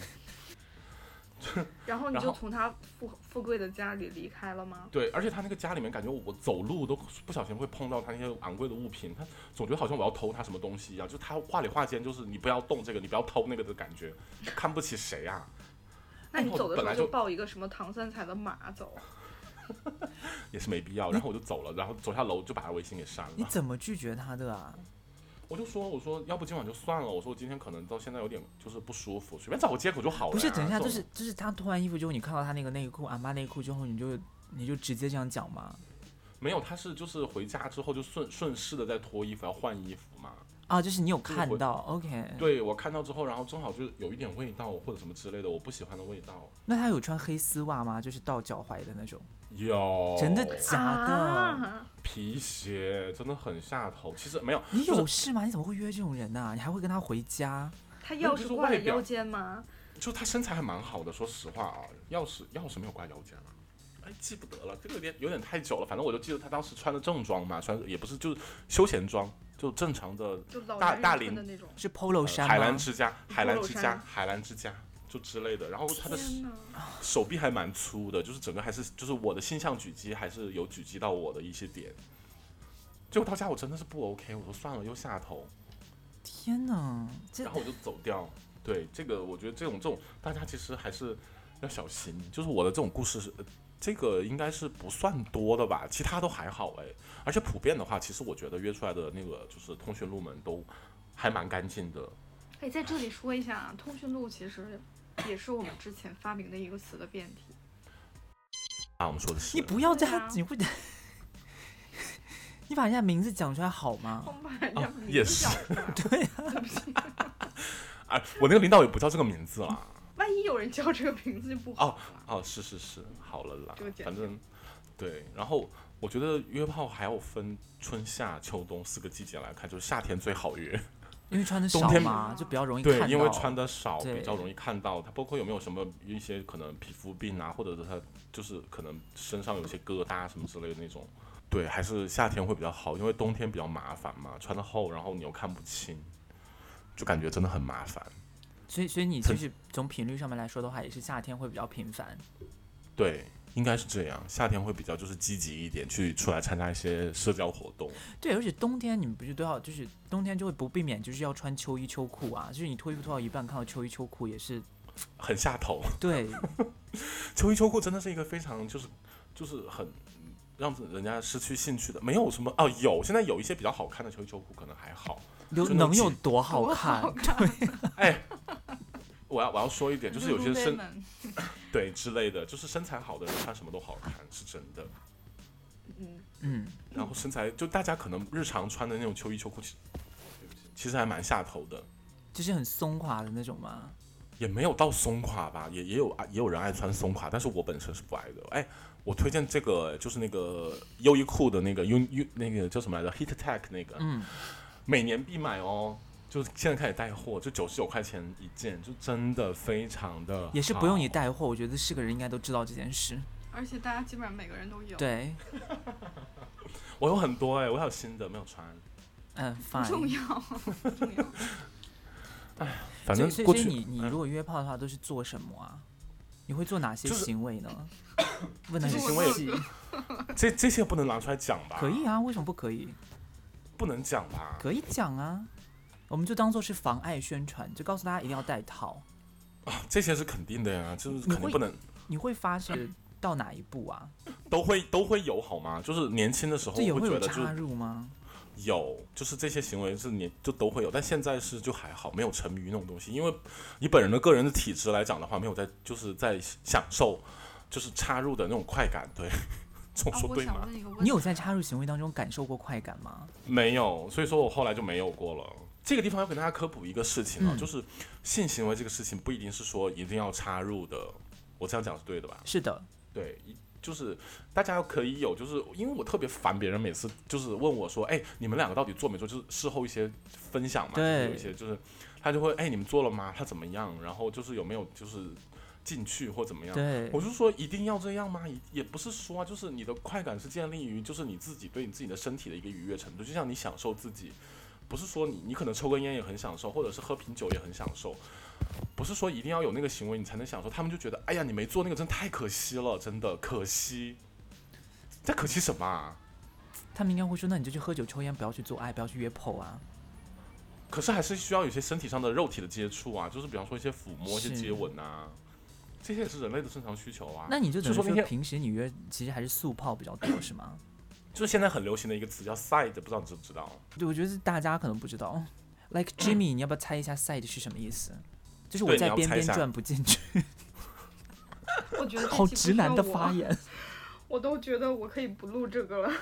S5: 然后你
S3: 然
S5: 就
S3: 后
S5: 从他富富贵的家里离开了吗？
S3: 对，而且他那个家里面，感觉我走路都不小心会碰到他那些昂贵的物品，他总觉得好像我要偷他什么东西一样，就他话里话间就是你不要动这个，你不要偷那个的感觉，看不起谁啊？
S5: 那你
S3: 我
S5: 走的
S3: 本
S5: 时候
S3: 来
S5: 就
S3: 就
S5: 抱一个什么唐三彩的马走，
S3: 也是没必
S4: 嗯
S3: 要。然后我就走了，然后走下楼就把他微信给删
S4: 你
S3: 了。
S4: 怎么拒绝他的啊？
S3: 我就说，我说要不今晚就算了。我说我今天可能到现在有点就是不舒服，随便找个借口就好了呀。
S4: 不是，等一下，
S3: 哦啊这
S4: 就
S3: 种
S4: 是就是他脱完衣服之后，你看到他那个内裤，阿妈内裤之后，你就你就直接这样讲吗？
S3: 没有，他是就是回家之后就顺顺势的在脱衣服，要换衣服嘛。
S4: 啊，就是你有
S3: 就是
S4: 看
S3: 回
S4: 到，OK？，
S3: 对我看到之后，然后正好就是有一点味道或者什么之类的，我不喜欢的味道。
S4: 那他有穿黑丝袜吗？就是到脚踝的那种？
S3: 有
S4: 真的假的？
S5: 啊、
S3: 皮鞋真的很下头。其实没有，
S4: 你
S3: 就是
S4: 有事吗？你怎么会约这种人呢、你还会跟他回家？
S5: 他
S3: 就
S5: 钥匙
S3: 是
S5: 挂在
S3: 外表
S5: 腰间吗？
S3: 就他身材还蛮好的，说实话啊，钥匙钥匙没有挂腰间啊。哎，记不得了，这个有点有点太久了。反正我就记得他当时穿的正装嘛，穿也不是就是休闲装，就正常的
S5: 就老
S3: 大
S5: 男人
S3: 大
S5: 穿
S3: 龄
S5: 的那种。
S4: 是 polo 衫吗？
S3: 呃海蓝之家、海蓝之
S5: 山
S3: 家、海蓝之家就之类的。然后他的
S5: 天哪！
S3: 手臂还蛮粗的，就是整个还是就是我的性向狙击还是有狙击到我的一些点。结果到家我真的是不 OK，我说算了，又下头，
S4: 天哪，这
S3: 然后我就走掉。对这个，我觉得这种这种大家其实还是要小心。就是我的这种故事是，呃这个应该是不算多的吧，其他都还好哎。而且普遍的话，其实我觉得约出来的那个就是通讯录们都还蛮干净的。
S5: 哎，在这里说一下，通讯录其实也是我们之前发明的一个词的变体。
S3: 啊，我们说的是
S4: 你不要这
S5: 对
S4: 样，
S5: 啊
S4: 你会， 你把人家名字讲出来好吗
S5: 我？们把人家
S3: 哦
S5: 名
S3: 也
S5: 字
S3: 是
S5: 讲出来了，对对不起，
S3: 啊，我那个领导也不叫这个名字啦。
S5: 万一有人叫这个名字就不好了。
S3: 哦，是是是，好了啦
S5: 这个，简
S3: 反
S5: 洁
S3: 正对。然后我觉得约炮还要分春夏秋冬四个季节来看，就是夏天最好约，
S4: 因为穿的
S3: 冬
S4: 少
S3: 天
S4: 嘛，
S5: 嗯
S4: 就比较容易看
S3: 对
S4: 到。，
S3: 因为穿的少，
S4: 对
S3: 比较容易看到它。包括有没有什么一些可能皮肤病啊，或者是他就是可能身上有一些疙瘩什么之类的那种。对，还是夏天会比较好，因为冬天比较麻烦嘛，穿的厚，然后你又看不清，就感觉真的很麻烦。
S4: 所以所以
S3: 很
S4: 你就是从频率上面来说的话，也是夏天会比较频繁。
S3: 对，应该是这样。夏天会比较就是积极一点，去出来参加一些社交活动。
S4: 对，而且冬天你们不是都要，就是冬天就会不避免就是要穿秋衣秋裤啊，就是你脱衣服脱到一半看到秋衣秋裤也是
S3: 很下头。
S4: 对，
S3: 秋衣秋裤真的是一个非常就是就是很让人家失去兴趣的，没有什么哦，有现在有一些比较好看的秋衣秋裤可能还好。
S4: 有
S3: 就那种
S4: 能有
S3: 紧
S4: 多好
S5: 多
S4: 看？
S5: 好看，
S3: 哎，我要我要说一点，就是有些身
S5: Lululemon
S3: 对之类的，就是身材好的人穿什么都好看，是真的。
S5: 嗯，
S4: 嗯，
S3: 然后身材就大家可能日常穿的那种秋衣秋裤，其实对不起其实还蛮下头的。
S4: 就是很松垮的那种嘛。
S3: 也没有到松垮吧，也也有啊，也有人爱穿松垮，但是我本身是不爱的。哎，我推荐这个就是那个优衣库的那个 U U 那个叫什么来着，Heat Tech 那个，
S4: 嗯，
S3: 每年必买哦。就现在开始带货，就九十九块钱一件，就真的非常的
S4: 也是不用你
S3: 好。
S4: 带货，我觉得是个人应该都知道这件事。
S5: 而且大家基本上每个人都有。，
S4: 对，
S3: 我有很多哎、我还有新的没有穿。
S4: 嗯
S5: 不重
S4: ，fine。
S5: 要，不重要。
S3: 反
S4: 所以
S3: 正
S4: 所以
S3: 过
S4: 所以
S3: 去嗯
S4: 你你如果约炮的话，都是做什么啊？你会做哪些
S3: 就是
S4: 行为呢？问的
S3: 这
S4: 很
S3: 些
S5: 我
S3: 行为
S5: 做
S4: 仔细，
S3: 这这些不能拿出来讲吧？
S4: 可以，啊？为什么不可以？
S3: 不能讲吧？
S4: 可以讲啊，我们就当做是妨碍宣传，就告诉大家一定要戴套。
S3: 啊，这些是肯定的呀，就是
S4: 你
S3: 肯定
S4: 会
S3: 不能。
S4: 你会发是
S3: 嗯
S4: 到哪一步啊？
S3: 都会都会有好吗？就是年轻的时候
S4: 这也
S3: 会
S4: 会
S3: 觉
S4: 有啊
S3: 得就是
S4: 插入吗？
S3: 有，就是这些行为是你就都会有，但现在是就还好，没有沉迷于那种东西，因为你本人的个人的体质来讲的话，没有在就是在享受就是插入的那种快感，对， 这么
S5: 啊，
S3: 说
S5: 我
S3: 对
S5: 想
S3: 吗？
S5: 问一个问题，啊
S4: 你有在插入行为当中感受过快感吗？
S3: 没有，所以说我后来就没有过了。这个地方要给大家科普一个事情啊，
S4: 嗯
S3: 就是性行为这个事情不一定是说一定要插入的，我这样讲是对的吧？
S4: 是的，
S3: 对，一就是大家可以有，就是因为我特别烦别人每次就是问我说，哎，你们两个到底做没做？就是事后一些分享嘛，就是有
S4: 对
S3: 一些就是他就会，哎，你们做了吗？他怎么样？然后就是有没有就是进去或怎么样？
S4: 对
S3: 我，就说一定要这样吗？也也不是说啊，就是你的快感是建立于就是你自己对你自己的身体的一个愉悦程度，就像你享受自己，不是说你你可能抽根烟也很享受，或者是喝瓶酒也很享受，不是说一定要有那个行为你才能享受。他们就觉得，哎呀，你没做那个真太可惜了，真的可惜，在可惜什么、啊？
S4: 他们应该会说，那你就去喝酒抽烟，不要去做爱，不要去约炮啊。
S3: 可是还是需要有一些身体上的肉体的接触啊，就是比方说一些抚摸、一些
S4: 是
S3: 接吻啊。这些也是人类的正常需求啊。
S4: 那你就等
S3: 就
S4: 于
S3: 说那
S4: 说
S3: 天
S4: 平时你约其实还是速泡比较多是吗？
S3: 就是现在很流行的一个词叫 side，不知道你知不知道？
S4: 对，我觉得是大家可能不知道。Like Jimmy，你要不要猜一下 side 是什么意思？就是我
S3: 对你
S4: 在
S3: 要
S4: 边
S3: 猜一
S4: 边
S3: 下
S4: 转不进去，
S5: 我觉得 这
S4: 好
S5: 期不
S4: 直男
S5: 需
S4: 的
S5: 要
S4: 发
S5: 我，
S4: 言。
S5: 我都觉得我可以不录这个了。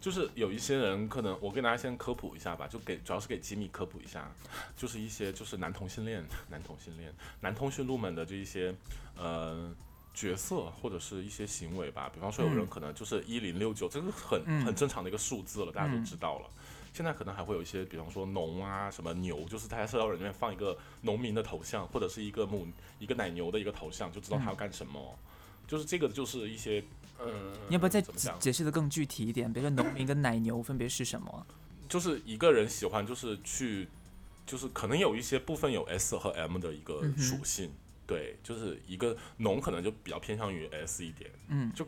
S3: 就是有一些人可能，我跟大家先科普一下吧，就给主要是给吉米科普一下，就是一些就是男同性恋、男同性恋、男通讯录们的这一些呃角色或者是一些行为吧。比方说有人
S4: 嗯
S3: 可能就是一零六九，这个很、
S4: 嗯
S3: 很正常的一个数字了，大家都
S4: 嗯
S3: 知道了。现在可能还会有一些，比方说农啊，什么牛，就是他在社交软件里面放一个农民的头像，或者是一个母一个奶牛的一个头像，就知道他
S4: 嗯
S3: 要干什么。就是这个，就是一些，嗯，
S4: 你要不要再
S3: 怎么
S4: 解
S3: 讲
S4: 解释的更具体一点？比如说农民跟奶牛分别是什么？
S3: 就是一个人喜欢就是去，就是可能有一些部分有 S 和 M 的一个
S4: 嗯哼
S3: 属性，对，就是一个农可能就比较偏向于 S 一点，
S4: 嗯，
S3: 就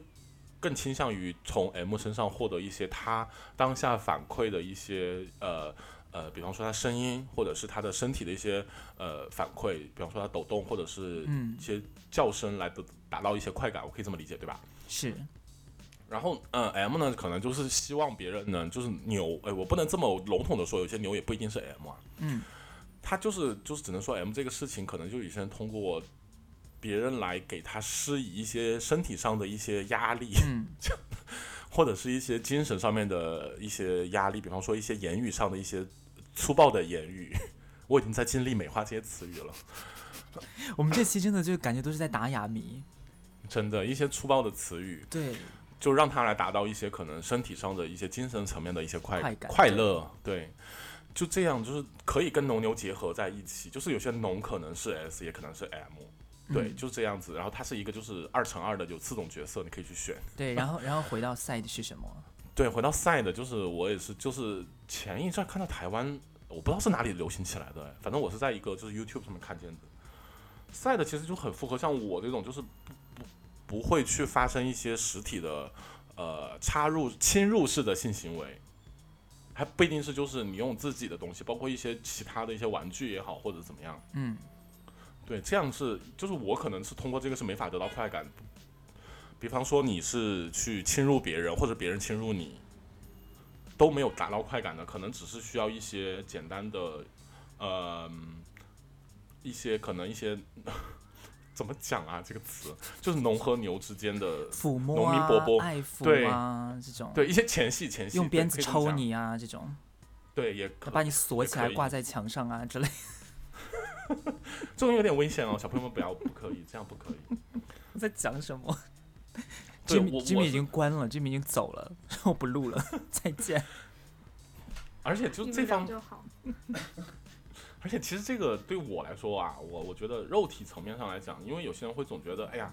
S3: 更倾向于从 M 身上获得一些他当下反馈的一些呃。呃，比方说他声音，或者是他的身体的一些呃反馈，比方说他抖动，或者是
S4: 嗯
S3: 一些叫声来的达到一些快感，我可以这么理解，对吧？
S4: 是，
S3: 然后，嗯、m 呢，可能就是希望别人呢，就是牛，哎，我不能这么笼统的说，有些牛也不一定是 M 啊，
S4: 嗯，
S3: 他就是就是只能说 M 这个事情，可能就有些人通过别人来给他施以一些身体上的一些压力，
S4: 嗯，
S3: 或者是一些精神上面的一些压力，比方说一些言语上的一些粗暴的言语， 我已经在尽力美化这些词语了。
S4: 我们这期真的就感觉都是在打哑谜。
S3: 真的，一些粗暴的词语，
S4: 对，
S3: 就让他来达到一些可能身体上的一些精神层面的一些快
S4: 快感
S3: 乐，对，就这样就是可以跟农牛结合在一起，就是有些农可能是 S 也可能是 M，对，
S4: 嗯
S3: 就是这样子。然后它是一个就是二乘二的，有四种角色你可以去选。
S4: 对，然后然后回到 side 是什么？
S3: 对，回到 side 就是我也是就是前一阵看到台湾，我不知道是哪里流行起来的，反正我是在一个就是 YouTube 上面看见的。side 其实就很符合像我这种就是不不不会去发生一些实体的呃插入侵入式的性行为，还不一定是就是你用自己的东西，包括一些其他的一些玩具也好或者怎么样，
S4: 嗯，
S3: 对，这样是就是我可能是通过这个是没法得到快感。比方说你是去侵入别人，或者别人侵入你，都没有达到快感的，可能只是需要一些简单的，呃，一些可能一些 怎么讲啊？这个词就是农和牛之间的
S4: 抚摸
S3: 农
S4: 啊，
S3: 民伯伯
S4: 爱抚
S3: 对
S4: 啊，这种，
S3: 对一些前戏前戏，
S4: 用
S3: 对
S4: 鞭子
S3: 可以这么
S4: 抽
S3: 讲
S4: 你啊，这种，
S3: 对也可
S4: 把你锁起来
S3: 可以
S4: 挂在墙上啊之类。
S3: 这种有点危险哦，小朋友们不要不可以这样不可以。
S4: 我在讲什么
S3: 对我
S4: ？Jimmy
S3: 我
S4: Jimmy
S3: 是
S4: 已经关了，Jimmy 已经走了， 我不录了，再见。
S3: 而且就
S5: 你
S3: 这
S5: 们聊
S3: 方
S5: 就好。
S3: 而且其实这个对我来说啊，我我觉得肉体层面上来讲，因为有些人会总觉得，哎呀，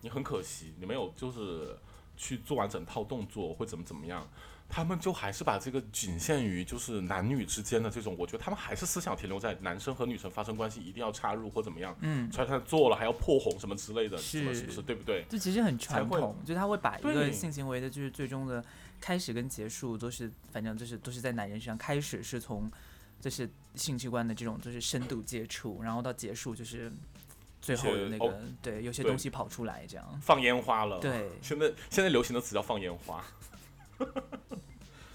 S3: 你很可惜，你没有就是去做完整套动作，会怎么怎么样。他们就还是把这个仅限于就是男女之间的这种，我觉得他们还是思想停留在男生和女生发生关系一定要插入或怎么样，
S4: 嗯，
S3: 穿上做了还要破红什么之类的，什么
S4: 是
S3: 是不是对不对？
S4: 这其实很传
S3: 才会
S4: 统，就是他会把一个
S3: 对
S4: 性行为的，就是最终的开始跟结束都是，反正就是都是在男人身上。开始是从就是性器官的这种就是深度接触，然后到结束就是最后的
S3: 一些
S4: 那个、
S3: 哦
S4: 对，有些
S3: 对啊
S4: 东西跑出来这样。
S3: 放烟花了，，
S4: 对，
S3: 现在现在流行的词叫放烟花，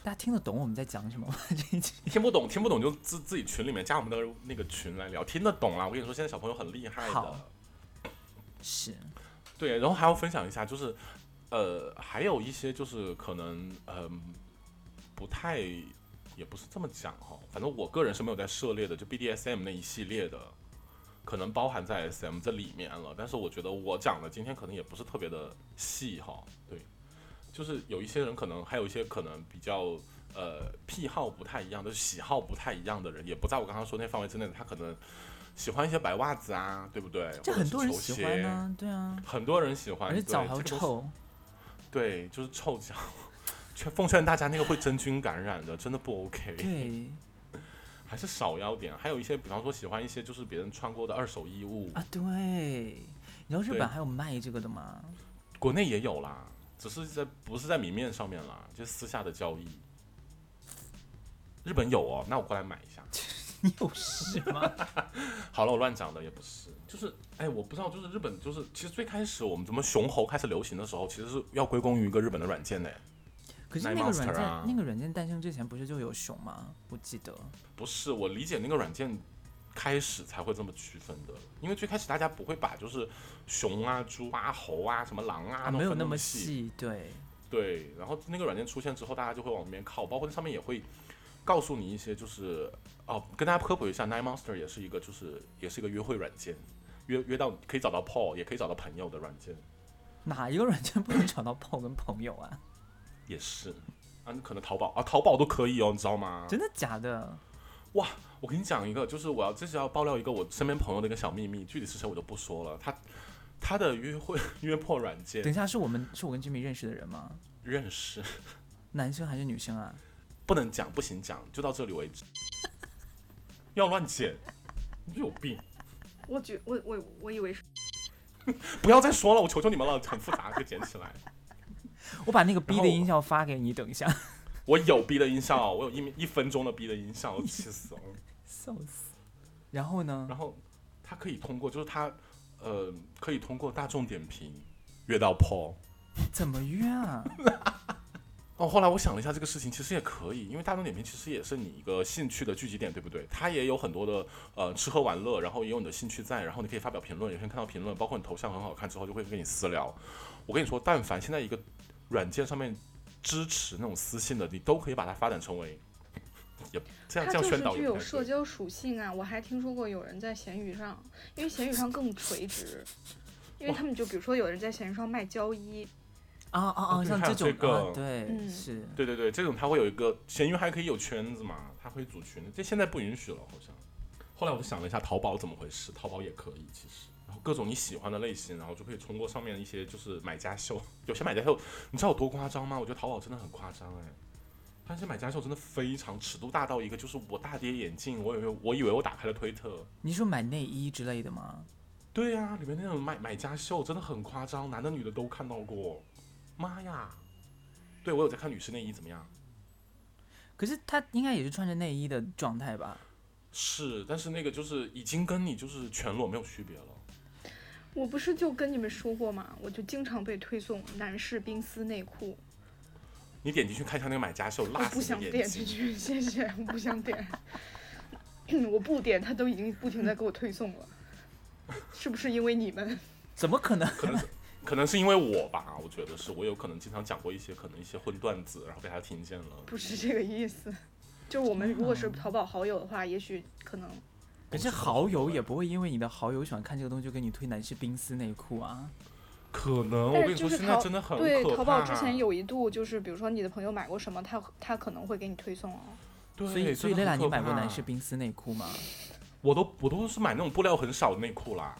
S4: 大家听得懂我们在讲什么吗？ 这一集
S3: 听不懂听不懂就自自己群里面加我们的那个群来聊，听得懂啦。我跟你说，现在小朋友很厉害的
S4: 好。是，
S3: 对，然后还要分享一下，就是呃，还有一些就是可能嗯、不太，也不是这么讲哈、反正我个人是没有在涉猎的，就 BDSM 那一系列的，可能包含在 SM 这里面了。但是我觉得我讲的今天可能也不是特别的细哈、对，就是有一些人可能还有一些可能比较。呃，癖好不太一样的，就是喜好不太一样的人，也不在我刚刚说那范围之内的。他可能喜欢一些白袜子啊，对不对？
S4: 这
S3: 或者
S4: 很
S3: 是
S4: 多人
S3: 球
S4: 喜
S3: 鞋
S4: 欢呢、对啊，
S3: 很多人喜欢，
S4: 而且
S3: 对
S4: 脚还
S3: 这
S4: 会
S3: 个都是
S4: 臭。
S3: 对，就是臭脚。 劝奉劝大家，那个会真菌感染的，真的不 OK，
S4: 对
S3: 还是少要点。还有一些，比方说喜欢一些就是别人穿过的二手衣物，
S4: 啊，对，你知道日
S3: 对
S4: 本还有卖这个的吗？
S3: 国内也有啦，只是在不是在明面上面啦，就是私下的交易。日本有哦，那我过来买一下。
S4: 你有事 吗？
S3: 好了，我乱讲的也不是，就是哎，我不知道，就是日本，就是其实最开始我们怎么熊猴开始流行的时候，其实是要归功于一个日本的软件呢，
S4: 可是那个
S3: Night
S4: 软
S3: Monster
S4: 件，
S3: 啊
S4: 那个软件诞生之前不是就有熊吗？不记得。
S3: 不是我理解那个软件开始才会这么区分的，因为最开始大家不会把就是熊啊、猪啊、猴啊、什么狼啊，
S4: 啊，没有
S3: 分那
S4: 那么
S3: 细，
S4: 细，对，
S3: 对，然后那个软件出现之后，大家就会往里面靠，包括那上面也会告诉你一些，就是哦，跟大家科普一下，Nine Monster 也是一个就是也是一个约会软件，约约到可以找到 Paul，也可以找到朋友的软件，
S4: 哪一个软件不能找到炮跟朋友啊？
S3: 也是啊，你可能淘宝啊，淘宝都可以哦，你知道吗？
S4: 真的假的？
S3: 哇，我跟你讲一个，就是我要这是要爆料一个我身边朋友的一个小秘密，具体是谁我就不说了，他。他的约会约破软
S4: 等一
S3: 件
S4: 下，是我们是我跟 Jimmy 认识的人吗？
S3: 认识
S4: 男生还是女生啊？
S3: 不能讲，不行讲，就到这里为止。 要乱剪，你有病！
S5: 我觉我我我以为是
S3: 不要再说了，我求求你们了，很复杂，就捡起来。
S4: 我把那个 B
S3: 然
S4: 的
S3: 后
S4: 音效发给你，等一下，
S3: 我有逼的音效，我有一米一分钟的逼的音效，气死了。
S4: 笑死。然后呢？
S3: 然后他可以通过，就是他呃，可以通过大众点评约到 Paul。
S4: 怎么约啊？
S3: 哦，后来我想了一下这个事情，其实也可以，因为大众点评其实也是你一个兴趣的聚集点，对不对？它也有很多的呃吃喝玩乐，然后也有你的兴趣在，然后你可以发表评论，有些人看到评论，包括你头像很好看之后，就会跟你私聊。我跟你说，但凡现在一个软件上面支持那种私信的，你都可以把它发展成为，也这样这
S5: 它
S3: 样
S5: 就是
S3: 宣导
S5: 具
S3: 也不
S5: 有
S3: 太
S5: 社
S3: 对。
S5: 交属性啊！我还听说过有人在闲鱼上，因为闲鱼上更垂直，因为他们就比如说有人在闲鱼上卖胶衣，
S4: 啊啊
S3: 哦
S4: 啊！
S3: 对
S4: 像
S3: 还有
S4: 种
S3: 这个
S4: 啊，对，
S5: 嗯
S4: 是。
S3: 对对对，这种它会有一个闲鱼还可以有圈子嘛，它会组群，这现在不允许了好像。后来我就想了一下，淘宝怎么回事？淘宝也可以其实，然后各种你喜欢的类型，然后就可以通过上面的一些就是买家秀， 有些买家秀你知道有多夸张吗？我觉得淘宝真的很夸张哎，它那些买家秀真的非常尺度大到一个，就是我大跌眼镜，我以为我以为我打开了推特。
S4: 你说买内衣之类的吗？
S3: 对呀、里面那种买买家秀真的很夸张，男的女的都看到过，妈呀！对我有在看女士内衣怎么样？
S4: 可是他应该也是穿着内衣的状态吧？
S3: 是，但是那个就是已经跟你就是全裸没有区别了。
S5: 我不是就跟你们说过吗？我就经常被推送男士冰丝内裤，
S3: 你点进去看一下那个买家秀，
S5: 我
S3: 辣
S5: 不
S3: 死
S5: 想
S3: 你的
S5: 点
S3: 眼
S5: 进
S3: 睛。
S5: 去，谢谢，我不想 点，我不点，他都已经不停在给我推送了，是不是因为你们？
S4: 怎么可能？
S3: 可能是可能是因为我吧，我觉得是我有可能经常讲过一些可能一些荤段子，然后被他听见了。
S5: 不是这个意思，就是我们如果是淘宝好友的话，也许可能
S4: 可是好友也不会因为你的好友喜欢看这个东西就给你推男士冰丝内裤啊。
S3: 可能，我
S5: 但
S3: 跟
S5: 是
S3: 你说，
S5: 就是
S3: 现在
S5: 淘
S3: 真的很
S5: 对
S3: 可
S5: 淘宝
S3: 怕
S5: 之前有一度就是，比如说你的朋友买过什么，他他可能会给你推送哦。
S3: 对，
S4: 所以，所以
S3: 真的
S4: 蕾拉，
S3: 很可
S4: 你买过
S3: 怕
S4: 男士？冰丝内裤吗？
S3: 我都我都是买那种布料很少的内裤啦，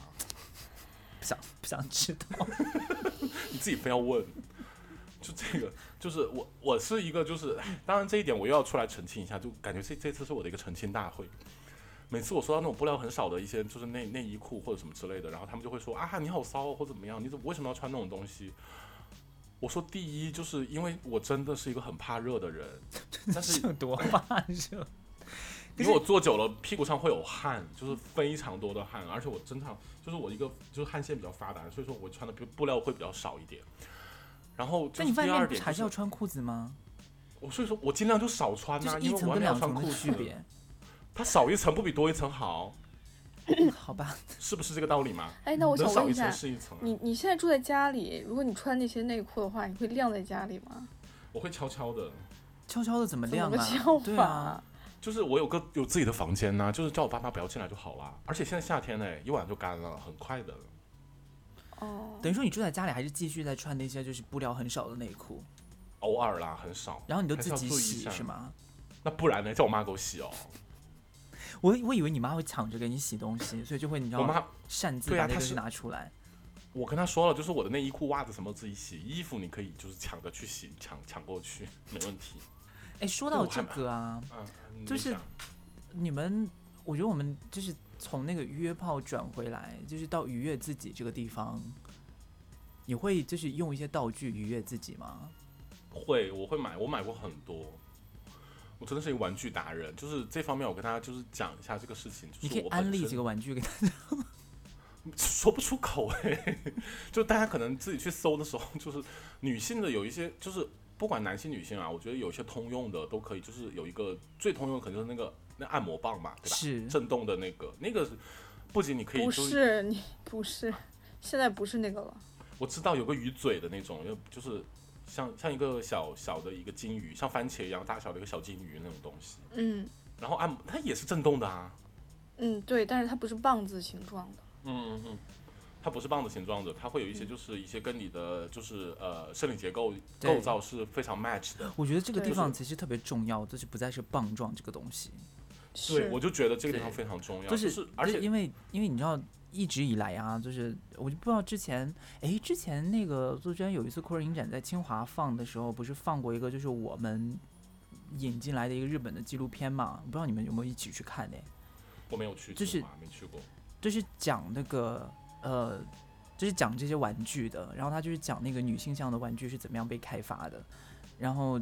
S4: 不想不想知道。
S3: 你自己非要问。就这个，就是我，我是一个，就是唉当然这一点我又要出来澄清一下，就感觉这这次是我的一个澄清大会。每次我收到那种布料很少的一些，就是内内衣裤或者什么之类的，然后他们就会说啊，你好骚哦或者怎么样，你怎么为什么要穿那种东西？我说第一就是因为我真的是一个很怕热的人， 但 是
S4: 有多怕热？
S3: 因为我坐久了，屁股上会有汗，就是非常多的汗，而且我经常就是我一个就是汗腺比较发达，所以说我穿的布布料会比较少一点。然后就
S4: 那
S3: 是
S4: 你
S3: 第
S4: 外
S3: 二
S4: 面不
S3: 点
S4: 是
S3: 就
S4: 还是要
S3: 是，
S4: 穿裤子吗？
S3: 我所以说我尽量就少穿
S4: 就
S3: 呐、
S4: 是
S3: 啊因
S4: 一
S3: 为
S4: 层
S3: 我外
S4: 跟
S3: 面要
S4: 两
S3: 穿
S4: 层
S3: 裤
S4: 的
S3: 子
S4: 区，别。
S3: 它少一层不比多一层好，
S4: 好吧，
S3: 是不是这个道理嘛？
S5: 哎，那我
S3: 能
S5: 想
S3: 嗯少
S5: 问
S3: 一
S5: 一
S3: 层
S5: 下，
S3: 是一层啊。
S5: 你你现在住在家里，如果你穿那些内裤的话，你会晾在家里吗？
S3: 我会悄悄的，
S4: 悄悄的怎么
S5: 怎
S4: 晾
S5: 么个
S4: 啊？
S5: 叫
S4: 对
S5: 法？
S4: 啊，
S3: 就是我有个有自己的房间呐、就是叫我爸妈不要进来就好啦。而且现在夏天呢、一晚就干了，很快的。
S5: 哦，
S4: 等于说你住在家里还是继续在穿那些就是布料很少的内裤，
S3: 偶尔啦，很少。
S4: 然后你都
S3: 还
S4: 自
S3: 是要
S4: 己
S3: 注意一
S4: 洗
S3: 下
S4: 是吗？
S3: 那不然呢？叫我妈给我洗哦。
S4: 我我以为你妈会抢着给你洗东西，所以就会你知
S3: 我
S4: 道
S3: 妈
S4: 吗？擅自
S3: 对啊
S4: 把那
S3: 她
S4: 个
S3: 是
S4: 西拿出来。
S3: 我跟他说了，就是我的内衣裤、袜子什么自己洗，衣服你可以就是抢着去洗，抢抢过去，没问题。
S4: 哎，说
S3: 对
S4: 到
S3: 我还
S4: 这个啊，
S3: 啊，你
S4: 就是
S3: 讲
S4: 你们，我觉得我们就是从那个约炮转回来，就是到愉悦自己这个地方，你会就是用一些道具愉悦自己吗？
S3: 会，我会买，我买过很多。我真的是一个玩具达人，就是这方面我跟大家就是讲一下这个事情，
S4: 你
S3: 就
S4: 可
S3: 是
S4: 以
S3: 我
S4: 安
S3: 本
S4: 利
S3: 身
S4: 几个玩具给他。
S3: 说不出口哎、 就大家可能自己去搜的时候，就是女性的有一些，就是不管男性女性啊，我觉得有一些通用的都可以，就是有一个最通用的可能就是那个那按摩棒嘛，对吧？
S4: 是
S3: 震动的那个，那个不仅你可以
S6: 不
S3: 就是
S6: 是你不是，现在不是那个了，
S3: 我知道有个鱼嘴的那种，就就是像像一个小小的一个金鱼，像番茄一样大小的一个小金鱼那种东西，
S6: 嗯
S3: 然后按摩它也是震动的啊，
S6: 嗯对，但是它不是棒子形状的，
S3: 嗯嗯嗯，它不是棒子形状的，它会有一些就是一些跟你的就是呃生理结构
S4: 对
S3: 构造是非常 match 的。
S4: 我觉得这个地
S6: 对
S4: 方其实特别重要，就是不再是棒状这个东西，
S3: 对，
S6: 是
S3: 我就觉得这个地方
S4: 对
S3: 非常重要，、
S4: 就是是
S3: 啊而
S4: 就是
S3: 且
S4: 因为因为你知道一直以来啊，就是我就不知道之前哎之前那个杜鹃有一次酷儿影展在清华放的时候，不是放过一个就是我们引进来的一个日本的纪录片嘛？我不知道你们有没有一起去看呢、
S3: 我没有去，
S4: 就是
S3: 清华没去过。
S4: 就是讲那个呃，就是讲这些玩具的，然后他就是讲那个女性向的玩具是怎么样被开发的，然后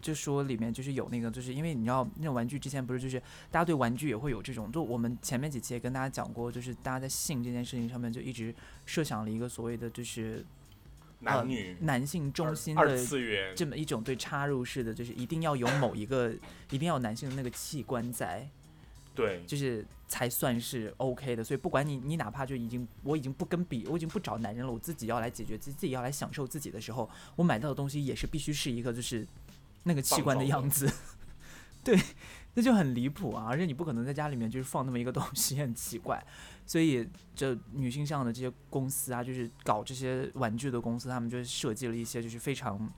S4: 就说里面就是有那个，就是因为你知道那种玩具之前不是就是大家对玩具也会有这种，就我们前面几期也跟大家讲过，就是大家在性这件事情上面就一直设想了一个所谓的就是呃
S3: 男女
S4: 男性中心
S3: 二
S4: 的
S3: 二次元，
S4: 这么一种对插入式的，就是一定要有某一个，一定要有男性的那个器官在，
S3: 对
S4: 就是才算是 OK 的。所以不管你你哪怕就已经我已经不跟比，我已经不找男人了，我自己要来解决自己，自己要来享受自己的时候，我买到的东西也是必须是一个就是那个器官的样子。 对，那就很离谱啊！而且你不可能在家里面就是放那么一个东西，很奇怪。所以这女性向的这些公司啊，就是搞这些玩具的公司，他们就设计了一些就是非常。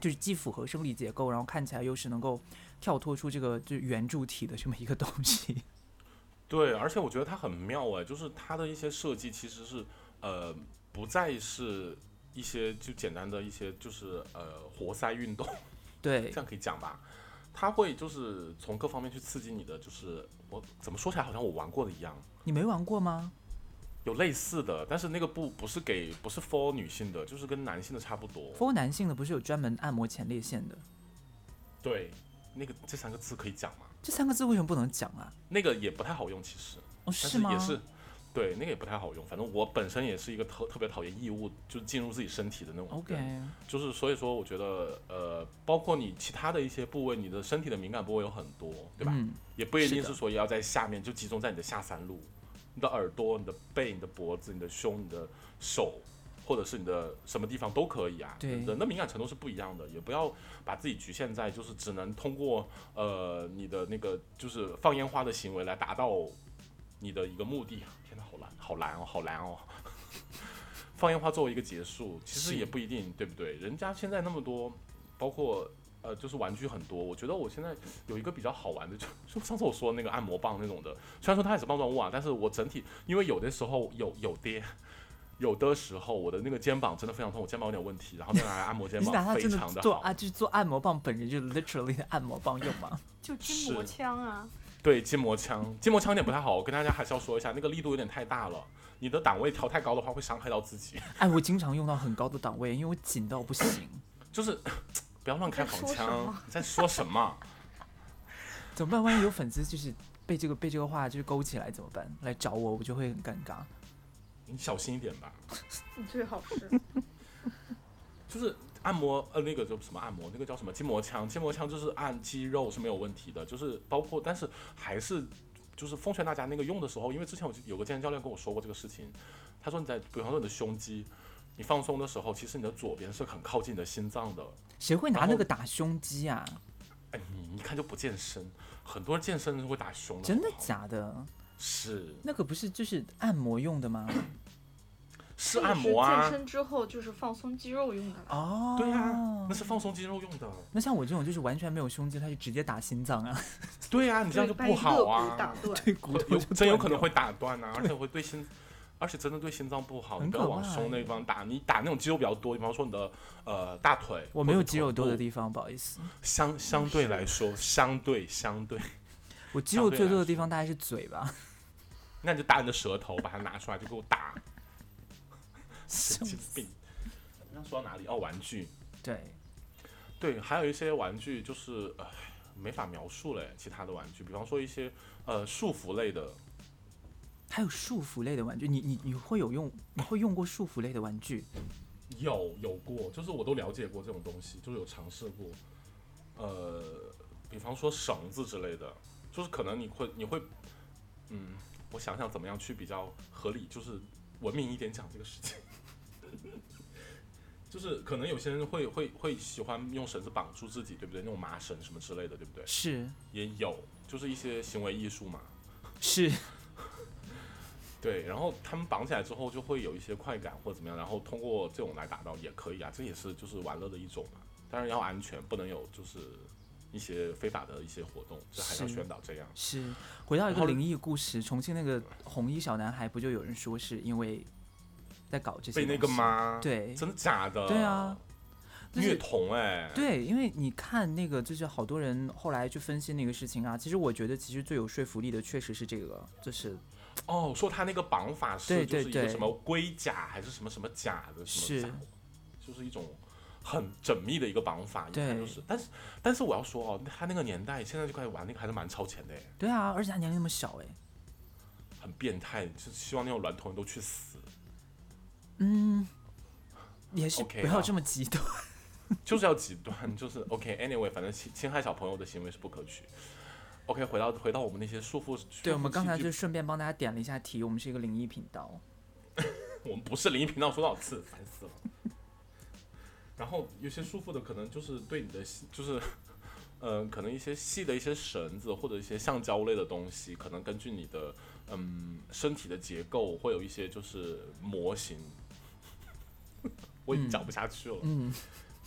S4: 就是既符合生理结构，然后看起来又是能够跳脱出这个就是圆柱体的这么一个东西。
S3: 对，而且我觉得它很妙哎，就是它的一些设计其实是呃不再是一些就简单的一些就是呃活塞运动，
S4: 对
S3: 这，样可以讲吧。它会就是从各方面去刺激你的，就是我怎么说起来好像我玩过的一样，
S4: 你没玩过吗？
S3: 有类似的，但是那个不不是给不是 for 女性的，就是跟男性的差不多。
S4: 佛男性的不是有专门按摩前列腺的？
S3: 对，那个这三个字可以讲吗？
S4: 这三个字为什么不能讲啊？
S3: 那个也不太好用，其实，
S4: 哦，
S3: 但
S4: 吗？
S3: 也是，对，那个也不太好用。反正我本身也是一个特特别讨厌异物，就是进入自己身体的那种人
S4: OK，
S3: 就是所以说，我觉得呃，包括你其他的一些部位，你的身体的敏感部位有很多，对吧？
S4: 嗯，
S3: 也不一定
S4: 是的
S3: 是说要在下面，就集中在你的下三路，你的耳朵、你的背、你的脖子、你的胸、你的手，或者是你的什么地方都可以啊。
S4: 对
S3: 人的敏感程度是不一样的，也不要把自己局限在就是只能通过呃你的那个就是放烟花的行为来达到你的一个目的。天哪，好难，好难哦，好难哦。放烟花作为一个结束，其实
S4: 是
S3: 也不一定，对不对？人家现在那么多，包括呃，就是玩具很多。我觉得我现在有一个比较好玩的，就 就上次我说的那个按摩棒那种的，虽然说它也是棒状物啊，但是我整体因为有的时候有有跌，有的时候我的那个肩膀真的非常痛，我肩膀有点问题，然后就拿来按摩肩
S4: 你是拿
S3: 膀，
S4: 它
S3: 非
S4: 真
S3: 常
S4: 的
S3: 的
S4: 做
S3: 好。
S4: 啊，就是做按摩棒本人就 literally 的按摩棒用 吗？
S5: 就筋膜
S3: 是
S5: 枪啊，
S3: 对，筋膜枪，筋膜枪有点不太好，我跟大家还是要说一下，那个力度有点太大了，你的档位调太高的话会伤害到自己，
S4: 哎，我经常用到很高的档位，因为我紧到不行，
S3: 就是 不要乱开
S5: 在
S3: 黄
S5: 说什
S3: 腔
S5: 么，
S3: 你在说什么？
S4: 怎么办？万一有粉丝就是被这个被这个话就是勾起来怎么办？来找我，我就会很尴尬。
S3: 你小心一点吧。
S6: 你嗯最好是
S3: 就是按摩呃那个叫什么按摩，那个叫什么筋膜枪，筋膜枪就是按肌肉是没有问题的，就是包括但是还是就是奉劝大家那个用的时候，因为之前我就有个健身教练跟我说过这个事情，他说你在比方说你的胸肌，你放松的时候，其实你的左边是很靠近你的心脏的，
S4: 谁会拿
S3: 然后
S4: 那个打胸肌啊？
S3: 哎你一看就不健身，很多人健身是会打胸的，
S4: 真的
S3: 好不好
S4: 假的？
S3: 是
S4: 那个不是就是按摩用的吗？
S3: 是按摩啊
S5: 健，身之后就是放松肌肉用的啦。
S4: 哦，
S3: 对啊，那是放松肌肉用的，
S4: 那像我这种就是完全没有胸肌，他就直接打心脏啊，
S3: 对啊，你这样就
S6: 对把
S3: 不
S6: 你肋
S3: 好
S6: 骨
S3: 啊，
S6: 打断，
S4: 对骨
S3: 会
S4: 头
S3: 有
S4: 就
S3: 真有
S4: 断
S3: 可能
S4: 掉
S3: 会打断啊，而且会对心，而且真的对心脏不好。
S4: 很
S3: 你不要
S4: 可
S3: 往
S4: 怕
S3: 胸那
S4: 欸
S3: 地方打，你打那种肌肉比较多，比方说你的呃大腿，
S4: 我没有肌肉多的地方，不好意思，
S3: 方，相相对来说，相对相对，
S4: 我肌
S3: 相
S4: 肉
S3: 对
S4: 最
S3: 来
S4: 多的
S3: 说
S4: 地方大概是嘴吧。
S3: 那你就打你的舌头，把它拿出来就给我打，神经病。那说到哪里？哦，玩具。
S4: 对，
S3: 对，还有一些玩具就是，唉没法描述嘞。其他的玩具，比方说一些呃束缚类的，
S4: 还有束缚类的玩具，你你你会有用，你会用过束缚类的玩具？
S3: 有有过，就是我都了解过这种东西，就是有尝试过。呃，比方说绳子之类的，就是可能你会你会，嗯，我想想怎么样去比较合理，就是文明一点讲这个事情。 就是可能有些人会会会喜欢用绳子绑住自己，对不对？那种麻绳什么之类的，对不对？
S4: 是
S3: 也有，就是一些行为艺术嘛。
S4: 是，
S3: 对，然后他们绑起来之后就会有一些快感或者怎么样，然后通过这种来达到也可以啊，这也是就是玩乐的一种嘛。当然要安全，不能有就是一些非法的一些活动，这还是要
S4: 是
S3: 宣导这样。
S4: 是，回到一
S3: 然
S4: 个
S3: 后
S4: 灵异故事，重庆那个红衣小男孩，不就有人说是因为在搞这些
S3: 被那个
S4: 东西？
S3: 吗？，
S4: 对，
S3: 真的假的？
S4: 对啊，就是
S3: 虐童哎、，
S4: 对，因为你看那个，就是好多人后来去分析那个事情啊。其实我觉得，其实最有说服力的确实是这个，就是
S3: 哦，说他那个绑法是
S4: 对
S3: 就
S4: 对
S3: 是一个
S4: 对
S3: 什么龟甲还是什么什么甲的什么
S4: 是
S3: 甲，就是一种很缜密的一个绑法，一看
S4: 对
S3: 就是。但是但是我要说哦，他那个年代现在就开始玩那个还是蛮超前的哎，
S4: 对啊，而且他年龄那么小，哎，
S3: 很变态，就是希望那种娈童人都去死。
S4: 也是
S3: OK
S4: 不要
S3: 啊
S4: 这么极端。
S3: 就是要极端，就是 OK，anyway，、反正侵侵害小朋友的行为是不可取。OK，回到回到我们那些束缚，束
S4: 对，
S3: 缚
S4: 我们刚才
S3: 器
S4: 就
S3: 具
S4: 顺便帮大家点了一下题，我们是一个灵异频道。
S3: 我们不是灵异频道，说多少次，烦死了。然后有些束缚的可能就是对你的细，就是， 呃，可能一些细的一些绳子或者一些橡胶类的东西，可能根据你的嗯身体的结构会有一些就是模型。 我已经讲不下去了，
S4: 嗯，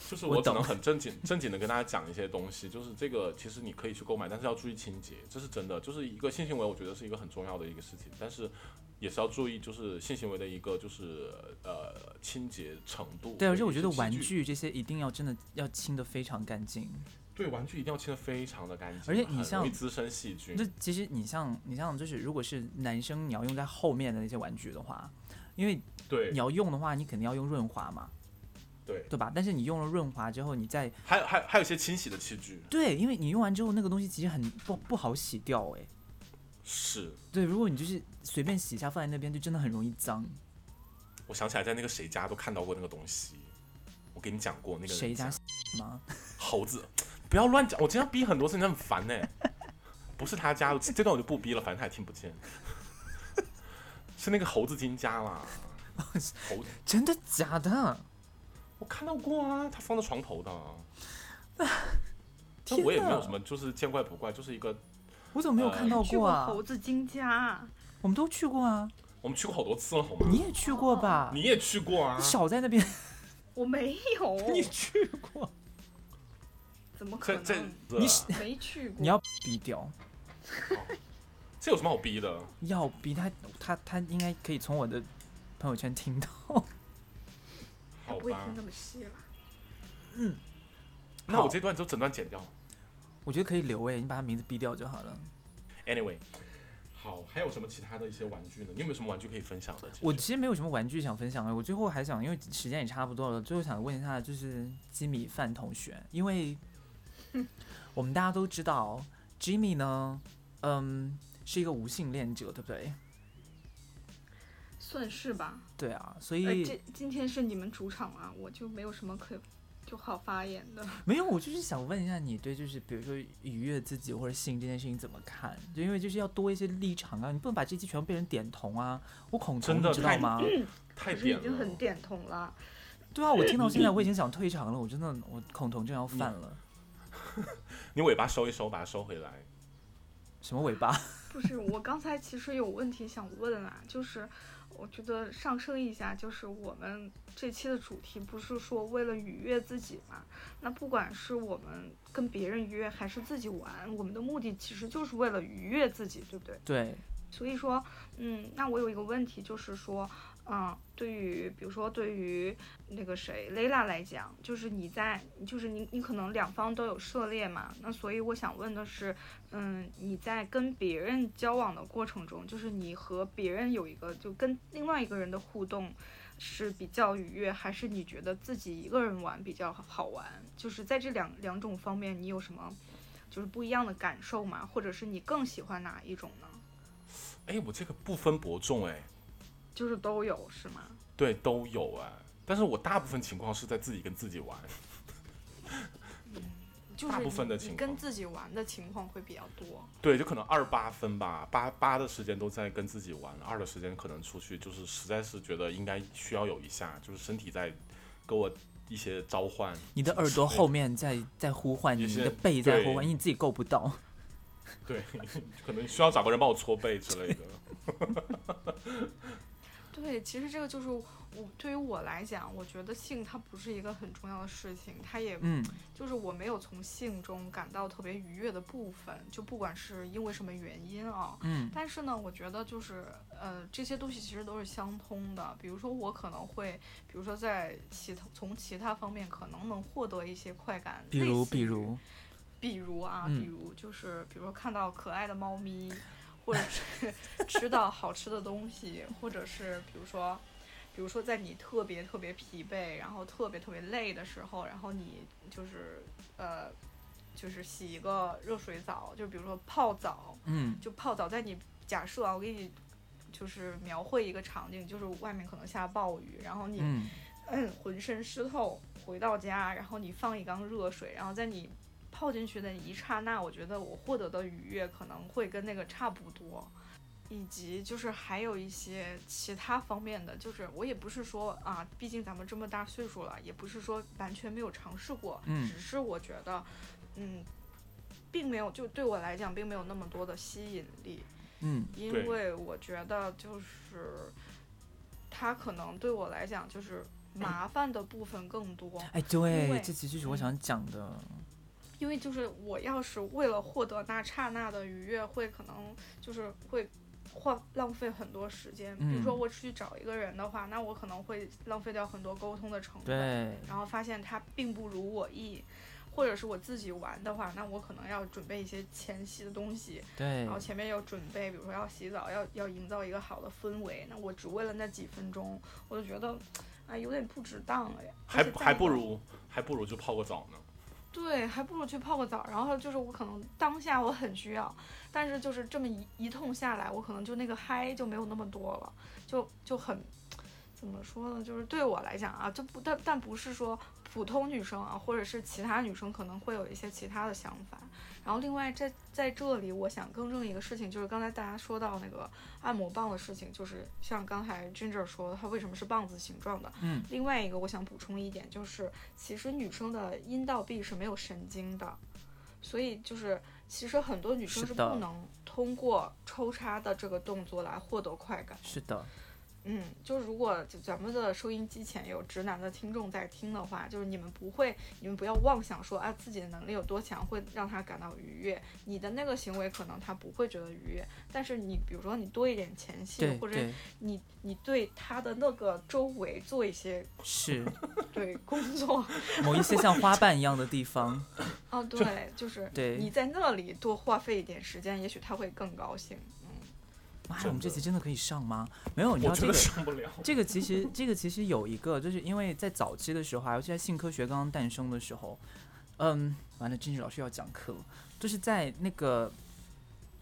S3: 就是
S4: 我
S3: 我只
S4: 懂
S3: 能很正经正经的跟大家讲一些东西，就是这个其实你可以去购买，但是要注意清洁，这是真的，就是一个性行为，我觉得是一个很重要的一个事情，但是也是要注意就是性行为的一个就是呃清洁程度。
S4: 对，而且我
S3: 以
S4: 觉
S3: 及
S4: 得
S3: 器
S4: 玩
S3: 具
S4: 具这些一定要真的要清的非常干净。
S3: 对玩具一定要清得非常的干净，
S4: 而且你
S3: 很
S4: 像
S3: 容易滋生细菌
S4: 那。其实你像你像就是，如果是男生你要用在后面的那些玩具的话，因为
S3: 对
S4: 你要用的话，你肯定要用润滑嘛，
S3: 对，
S4: 对吧？但是你用了润滑之后，你再
S3: 还有还有还有一些清洗的器具
S4: 对，因为你用完之后那个东西其实很不不好洗掉哎、
S3: 是。
S4: 对，如果你就是随便洗一下放在那边，就真的很容易脏。
S3: 我想起来，在那个谁家都看到过那个东西，我给你讲过那个人
S4: 谁家吗？
S3: 猴子，不要乱讲，我今天要逼很多次，你真的很烦呢、 不是他家，这段我就不逼了，反正他也听不见。 是那个猴子金家啦， 猴子，
S4: 真的假的？
S3: 我看到过啊，他放在床头的。那我也没有什么，呃就是见怪不怪，就是一个
S4: 我怎么没有看到
S5: 去
S4: 过啊？
S5: 猴子金家，啊
S4: 我们都去过啊，
S3: 我们去过好多次了，好吗？
S4: 你也去过吧？
S3: 你也去过啊
S4: 你？少在那边，
S5: 我没 有，
S6: 哦
S4: 你去过？
S5: 怎么可
S3: 这这
S5: 能？
S3: 这
S5: 没去过。
S4: 你要逼掉，
S3: 这有什么好逼的？
S4: 要逼他，他他应该可以从我的朋友圈听到。
S3: 好
S5: 不会
S3: 吧
S5: 听，那么细了。
S3: 那我这段就整段剪掉。
S4: 我觉得可以留哎、你把他名字逼掉就好了。
S3: Anyway，好，还有什么其他的一些玩具呢？你有没有什么玩具可以分享的？
S4: 我其实没有什么玩具想分享了，我最后还想，因为时间也差不多了，最后想问一下，就是吉米范同学，因为我们大家都知道，Jimmy 呢，嗯，是一个无性恋者，对不对？
S5: 算是吧。
S4: 对啊，所
S5: 呃，
S4: 以、
S5: 这今天是你们主场啊，我就没有什么可就好发言的。
S4: 没有，我就是想问一下你对，就是比如说愉悦自己或者性这件事情怎么看？就因为就是要多一些立场啊，你不能把这期全部变成点同啊，我恐同，
S3: 真的
S4: 你知道
S3: 太
S4: 吗？
S5: 嗯
S3: 太
S5: 可是已
S3: 点
S5: 经
S3: 了
S5: 很。点通了。
S4: 对啊，我听到 现在我已经想退场了，我真的我恐同症要犯了，
S3: 你尾巴收一收，把它收回来。
S4: 什么尾巴？
S5: 不是，我刚才其实有问题想问啊，就是我觉得上升一下，就是我们这期的主题不是说为了愉悦自己嘛？那不管是我们跟别人愉悦，还是自己玩，我们的目的其实就是为了愉悦自己，对不对？
S4: 对，
S5: 所以说，嗯，那我有一个问题，就是说，嗯，对于比如说对于那个谁蕾拉来讲，就是你在，就是你你可能两方都有涉猎嘛，那所以我想问的是，嗯，你在跟别人交往的过程中，就是你和别人有一个就跟另外一个人的互动。是比较愉悦，还是你觉得自己一个人玩比较好玩？就是在这两两种方面，你有什么
S6: 就是不一样的感受嘛？或者是你更喜欢哪一种呢？
S3: 哎，我这个不分伯仲哎，
S6: 就是都有是吗？
S3: 对，都有哎。但是我大部分情况是在自己跟自己玩，
S5: 就是
S3: 大部分的
S5: 你
S3: 情
S5: 你
S3: 况
S5: 跟自己玩的情况会比较多。
S3: 对，就可能二八分吧，八八的时间都在跟自己玩，二的时间可能出去，就是实在是觉得应该需要有一下，就是身体在跟我一些召唤。
S4: 你的耳朵后面在在呼唤你，
S3: 有些
S4: 你的背在呼
S3: 对
S4: 唤，因为你自己够不到。
S3: 对， 可能需要找个人帮我搓背之类的。
S5: 对，其实这个就是我对于我来讲，我觉得性它不是一个很重要的事情，它也
S4: 嗯，
S5: 就是我没有从性中感到特别愉悦的部分，就不管是因为什么原因啊、
S4: 嗯
S5: 但是呢，我觉得就是呃，这些东西其实都是相通的。比如说，我可能会，比如说在其他从其他方面可能能获得一些快感，
S4: 比
S5: 类
S4: 如
S5: 似
S4: 比
S5: 于
S4: 如，
S5: 比如啊，
S4: 嗯
S5: 比如就是比如说看到可爱的猫咪，或者是 吃到好吃的东西，或者是比如说，比如说在你特别特别疲惫，然后特别特别累的时候，然后你就是呃，就是洗一个热水澡，就比如说泡澡，
S4: 嗯
S5: 就泡澡，在你假设啊，我给你就是描绘一个场景，就是外面可能下暴雨，然后你
S4: 嗯，
S5: 嗯，浑身湿透，回到家，然后你放一缸热水，然后在你泡进去的一刹那，我觉得我获得的愉悦可能会跟那个差不多，以及就是还有一些其他方面的，就是我也不是说啊，毕竟咱们这么大岁数了，也不是说完全没有尝试过，
S4: 嗯
S5: 只是我觉得，嗯，并没有就对我来讲并没有那么多的吸引力，
S4: 嗯
S3: 对
S5: 因为我觉得就是它可能对我来讲 就是麻烦的部分更多，
S4: 哎，对
S5: 为，嗯
S4: 这其实是我想讲的。
S5: 因为就是我要是为了获得那刹那的愉悦，会可能就是会花浪费很多时间。比如说
S4: 嗯
S5: 我去找一个人的话，那我可能会浪费掉很多沟通的成本，
S4: 对，
S5: 然后发现他并不如我意。或者是我自己玩的话，那我可能要准备一些前期的东西，
S4: 对
S5: 然，后前面有准备，比如说要洗澡，要要营造一个好的氛围。那我只为了那几分钟，我就觉得，哎，有点不值当哎。
S3: 还
S5: 而且再
S3: 还
S5: 一
S3: 不
S5: 个
S3: 如还不如就泡个澡
S4: 哦
S3: 呢。
S5: 对，还不如去泡个澡。然后就是我可能当下我很需要，但是就是这么一一通下来，我可能就那个嗨就没有那么多了，就就很怎么说呢？就是对我来讲啊，就不但但不是说普通女生啊，或者是其他女生可能会有一些其他的想法。然后另外在在这里，我想更正一个事情，就是刚才大家说到那个按摩棒的事情，就是像刚才 Ginger 说的，它为什么是棒子形状的？
S4: 嗯，
S5: 另外一个我想补充一点，就是其实女生的阴道壁是没有神经的，所以就是其实很多女生
S4: 是
S5: 是
S4: 的
S5: 不能通过抽插的这个动作来获得快感。
S4: 是的，
S5: 嗯，就是如果就咱们的收音机前有直男的听众在听的话，就是你们不会，你们不要妄想说啊自己的能力有多强会让他感到愉悦，你的那个行为可能他不会觉得愉悦，但是你比如说你多一点前戏
S4: 对，
S5: 或者
S4: 对
S5: 你你对他的那个周围做一些
S4: 是
S5: 对工作，
S4: 某一些像花瓣一样的地 方。
S6: 啊
S5: 哦，对，就是
S4: 对
S5: 你在那里多花费一点时间，也许他会更高兴。
S4: 妈呀，
S3: 真
S4: 我们这
S3: 的
S4: 期真的可以上吗？没有，你知
S3: 我觉
S4: 道这
S3: 得
S4: 个
S3: 上不了。
S4: 这个其实这个其实有一个，就是因为在早期的时候啊，尤其在性科学刚刚诞生的时候，嗯，完了，金志老师要讲课了，就是在那个。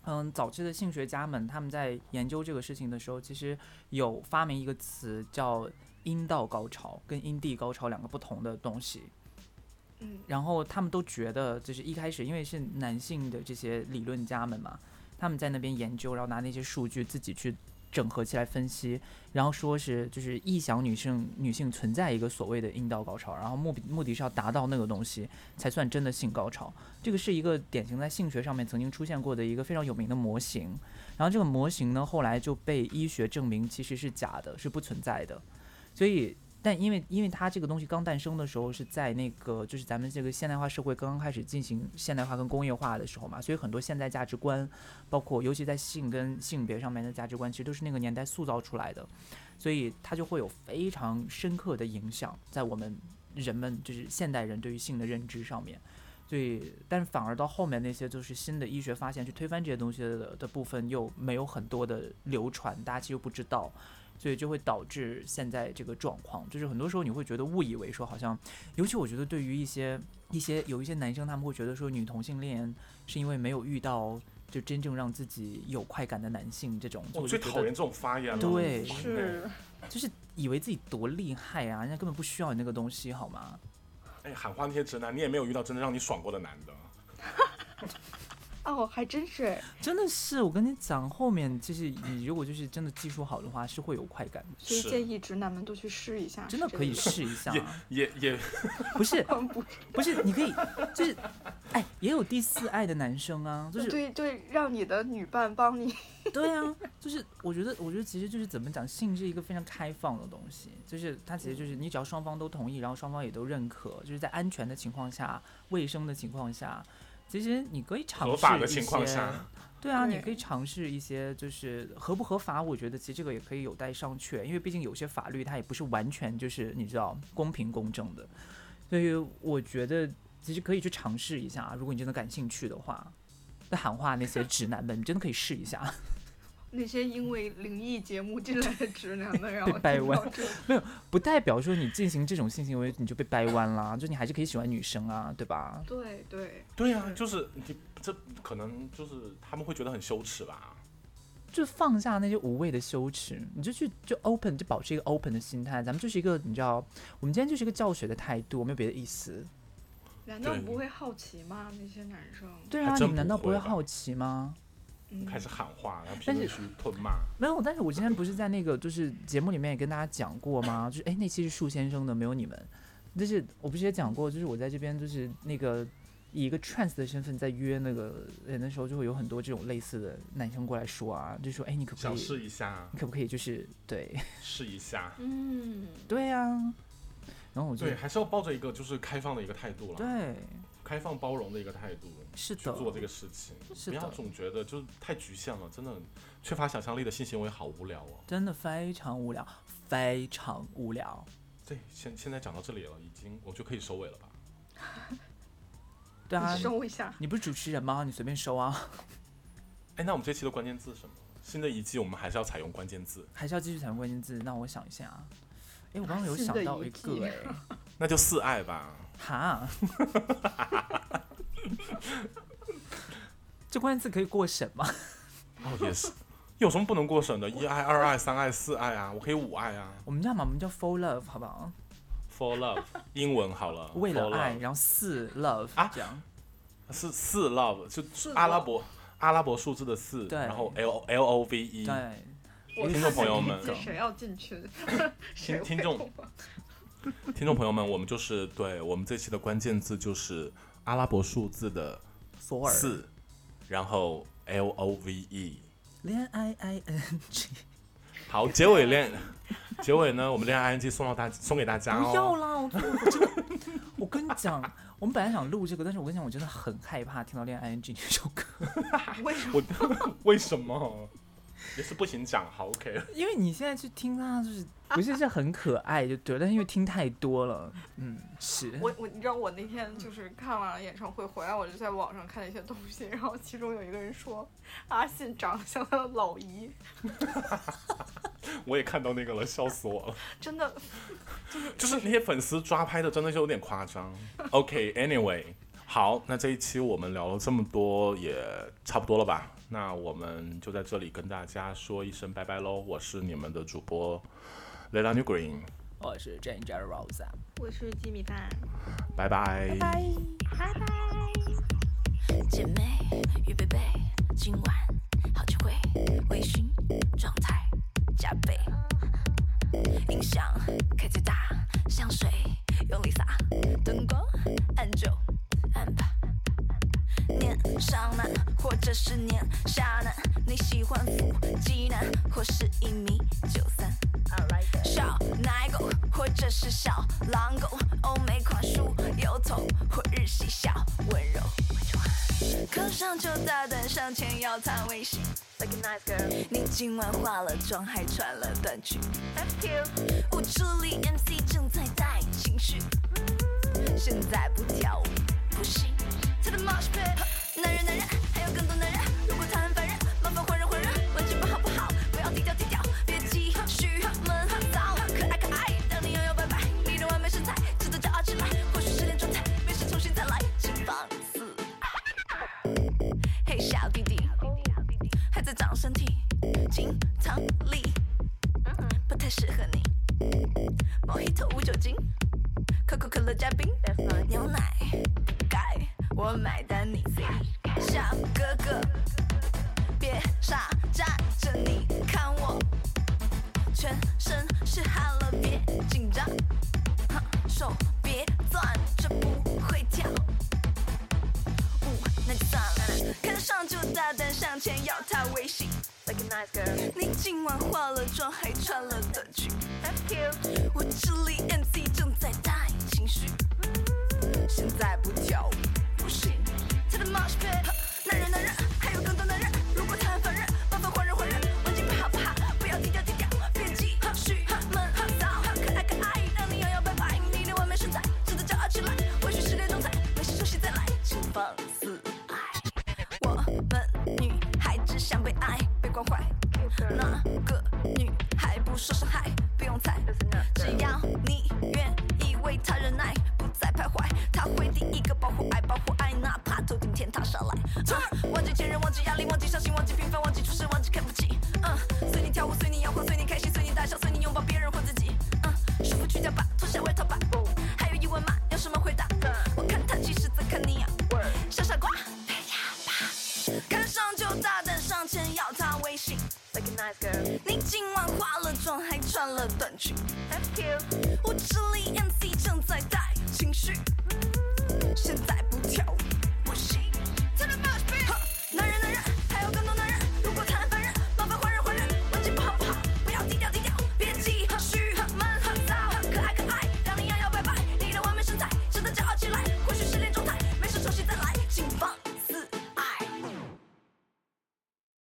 S4: 嗯，早期的性学家们他们在研究这个事情的时候，其实有发明一个词叫阴道高潮跟阴蒂高潮两个不同的东西。
S5: 嗯，
S4: 然后他们都觉得，就是一开始因为是男性的这些理论家们嘛，他们在那边研究，然后拿那些数据自己去整合起来分析，然后说是就是臆想女性女性存在一个所谓的阴道高潮，然后目的目的是要达到那个东西才算真的性高潮。这个是一个典型在性学上面曾经出现过的一个非常有名的模型，然后这个模型呢后来就被医学证明其实是假的，是不存在的，所以。但因为因为它这个东西刚诞生的时候是在那个就是咱们这个现代化社会刚刚开始进行现代化跟工业化的时候嘛，所以很多现代价值观，包括尤其在性跟性别上面的价值观，其实都是那个年代塑造出来的，所以它就会有非常深刻的影响在我们人们就是现代人对于性的认知上面。所以，但是反而到后面那些就是新的医学发现去推翻这些东西的的部分，又没有很多的流传，大家其实又不知道。所以就会导致现在这个状况，就是很多时候你会觉得误以为说好像，尤其我觉得对于一些一些有一些男生他们会觉得说女同性恋是因为没有遇到就真正让自己有快感的男性这种，就
S3: 我
S4: 我
S3: 最
S4: 就觉
S3: 讨
S4: 得
S3: 厌这种发言了。
S4: 对
S3: 我烦欸
S6: 是
S4: 就是以为自己多厉害啊，人家根本不需要你那个东西好吗？
S3: 哎，喊话那些直男，你也没有遇到真的让你爽过的男的。
S6: 哦，还真是哎，
S4: 真的是，我跟你讲，后面就是你如果就是真的技术好的话，是会有快感的，
S6: 所以
S3: 是
S6: 建议直男们都去试一
S3: 啊
S6: 下，
S4: 真的
S6: 是这
S4: 可以
S6: 个意思
S4: 试一下。
S3: 也也
S4: 不是
S6: 嗯不
S4: 不是，你可以就是，哎，也有第四爱的男生啊，就是
S6: 对对，让你的女伴帮你，
S4: 对啊，就是我觉得，我觉得其实就是怎么讲，性是一个非常开放的东西，就是它其实就是你只要双方都同意，然后双方也都认可，就是在安全的情况下、卫生的情况下，其实你可以尝试
S3: 合法的
S4: 一
S3: 情况
S4: 些
S3: 下，
S4: 对啊，你
S6: 对
S4: 可以尝试一些就是合不合法，我觉得其实这个也可以有待商榷，因为毕竟有些法律它也不是完全就是你知道公平公正的，所以我觉得其实可以去尝试一下，啊如果你真的感兴趣的话。在喊话那些直男们，你真的可以试一下。
S6: 那些因为灵异节目进来的直男 们，然
S4: 被
S6: 后
S4: 掰
S6: 听
S4: 弯
S6: 到这个
S4: 不代表说你进行这种性行为你就被掰弯啦，就你还是可以喜欢女生啊，对吧？
S6: 对对，
S3: 对啊，
S6: 是
S3: 就是你这可能就是他们会觉得很羞耻吧。
S4: 就放下那些无谓的羞耻，你就去就 open，就保持一个 open 的心态。咱们就是一个你知道，我们今天就是一个教学的态度，没有别的意思。
S6: 难道
S3: 对
S6: 不会好奇吗？那些男生，
S4: 对
S3: 还
S4: 啊，你
S3: 真
S4: 们难
S3: 不
S4: 道不
S3: 会
S4: 会
S3: 吧
S4: 好奇吗？
S6: 嗯，
S3: 开始喊话，然后评
S4: 但
S3: 论
S4: 是
S3: 区痛骂。
S4: 没有，但是我今天不是在那个就是节目里面也跟大家讲过吗？就是哎，那期是树先生的，没有你们。就是我不是也讲过，就是我在这边就是那个以一个 trans 的身份在约那个人的时候，就会有很多这种类似的男生过来说啊，就说哎，你可不可
S3: 想
S4: 以？
S3: 试一下，
S4: 你可不可以就是对
S3: 试一下。
S6: 嗯，
S4: 对呀、然后我就哎
S3: 对，还是要抱着一个就是开放的一个态度了，
S4: 对
S3: 开放包容的一个态度
S4: 是
S3: 去做这
S4: 的，
S3: 个事情。
S4: 是
S3: 不要
S4: 的，
S3: 总觉得就是太局限了，真的缺乏想象力的性行为好无聊哦。
S4: 真的非常无聊，非常无聊。
S3: 对，现现在讲到这里了，已经我就可以收尾了吧？
S4: 对啊
S6: 你，收一下，
S4: 你不是主持人吗？你随便收啊，
S3: 哎，那我们这期的关键字是什么？新的一季我们还是要采用关键字，
S4: 还是要继续谈关键字？那我想一下啊，哎，我刚刚有
S6: 啊新
S4: 想
S6: 的
S4: 到
S6: 一
S4: 一
S6: 季
S4: 个哎、
S3: 那就四爱吧。
S4: 哈， 这关键字可以过审吗？
S3: 哦，也是，有什么不能过审的？一爱、二爱、三爱、四爱啊，我可以五爱啊。
S4: 我们叫嘛，我们叫 for love 好不好？
S3: For love，英文好了，
S4: 为
S3: 哦
S4: 了
S3: for love
S4: 爱，然后四 love
S3: 啊
S4: 这样，
S3: 是四 love，就
S6: 四
S3: 阿拉
S6: love
S3: 伯阿拉伯数字的四，
S4: 对
S3: 然后 L L O V E。
S4: 对，
S6: 我
S3: 听
S6: 看
S3: 众
S6: 看
S3: 朋友
S6: 第一
S3: 们
S6: 季谁要进群？谁
S3: 听
S6: 会
S3: 众
S6: 懂 啊
S3: 听众朋友们，我们就是对我们这期的关键字就是阿拉伯数字的
S4: 佛尔
S3: 四，然后 L O V E。
S4: 恋爱 i n g，
S3: 好，结尾恋，结尾呢，我们恋爱 ING 送到大送给大家
S4: 不要
S3: 哦。
S4: 啦，我我真的，我跟你讲，我们本来想录这个，但是我跟你讲，我真的很害怕听到恋爱 i n g 这首歌，
S6: 为什么？
S3: 我为什么？也是不行讲，好 OK。
S4: 因为你现在去听它，就是不是是很可爱就对了，但是因为听太多了，嗯，是，
S6: 我我你知道我那天就是看完了演唱会回来，我就在网上看一些东西，然后其中有一个人说阿信长得像他的老姨，
S3: 我也看到那个了，笑死我了。
S6: 真的
S3: 就是那些粉丝抓拍的，真的是有点夸张。OK，Anyway，、好，那这一期我们聊了这么多，也差不多了吧？那我们就在这里跟大家说一声拜拜喽！我是你们的主播 Lila New Green，
S4: 我是 Ginger Rose，啊
S6: 我是鸡米饭，
S3: 拜拜。
S6: 拜拜。
S2: 姐妹与贝贝，今晚好机会，微醺状态加倍，音响开最大，香水用力洒，灯光按就按吧。年上男或者是年下男，你喜欢腹肌男或是一米九三。小奶狗或者是小狼狗，欧美款梳油头或日系小温柔。扣上就大胆上前要他微信。你今晚化了妆，还穿了短裙。舞池里 MC 正在带情绪，现在不跳舞不行。他的 mosh pit，男人男人，还有更多男人。如果他很烦人，麻烦换人换人，玩具吧好不好？不要低调低调，别急，嘘，我买单，你 C 下哥哥，别傻站着，你看我全身是汗了，别紧张，哼手别攥着，不会跳。舞那就算了，看得上就大胆向前，要他微信。Like a nice girl，你今晚化了妆，还穿了短裙。Thank you，我这里 MC 正在带情绪，现在不跳舞不行。他的 mosh pit，呵男人男人，还有更多男人。如果他很烦人，麻烦换人换人，文静点好不好？不要低调低调，别急，哈虚哈闷哈骚哈可爱可爱，让你摇摇摆摆，你的完美身材值得骄傲起来。或许十点钟才，没事休息再来，请放肆爱。我们女孩只想被爱，被关怀。那个女孩不受伤害，不用猜。只要你愿意为她忍耐，不再徘徊，她会第一个保护爱嗯嗯啊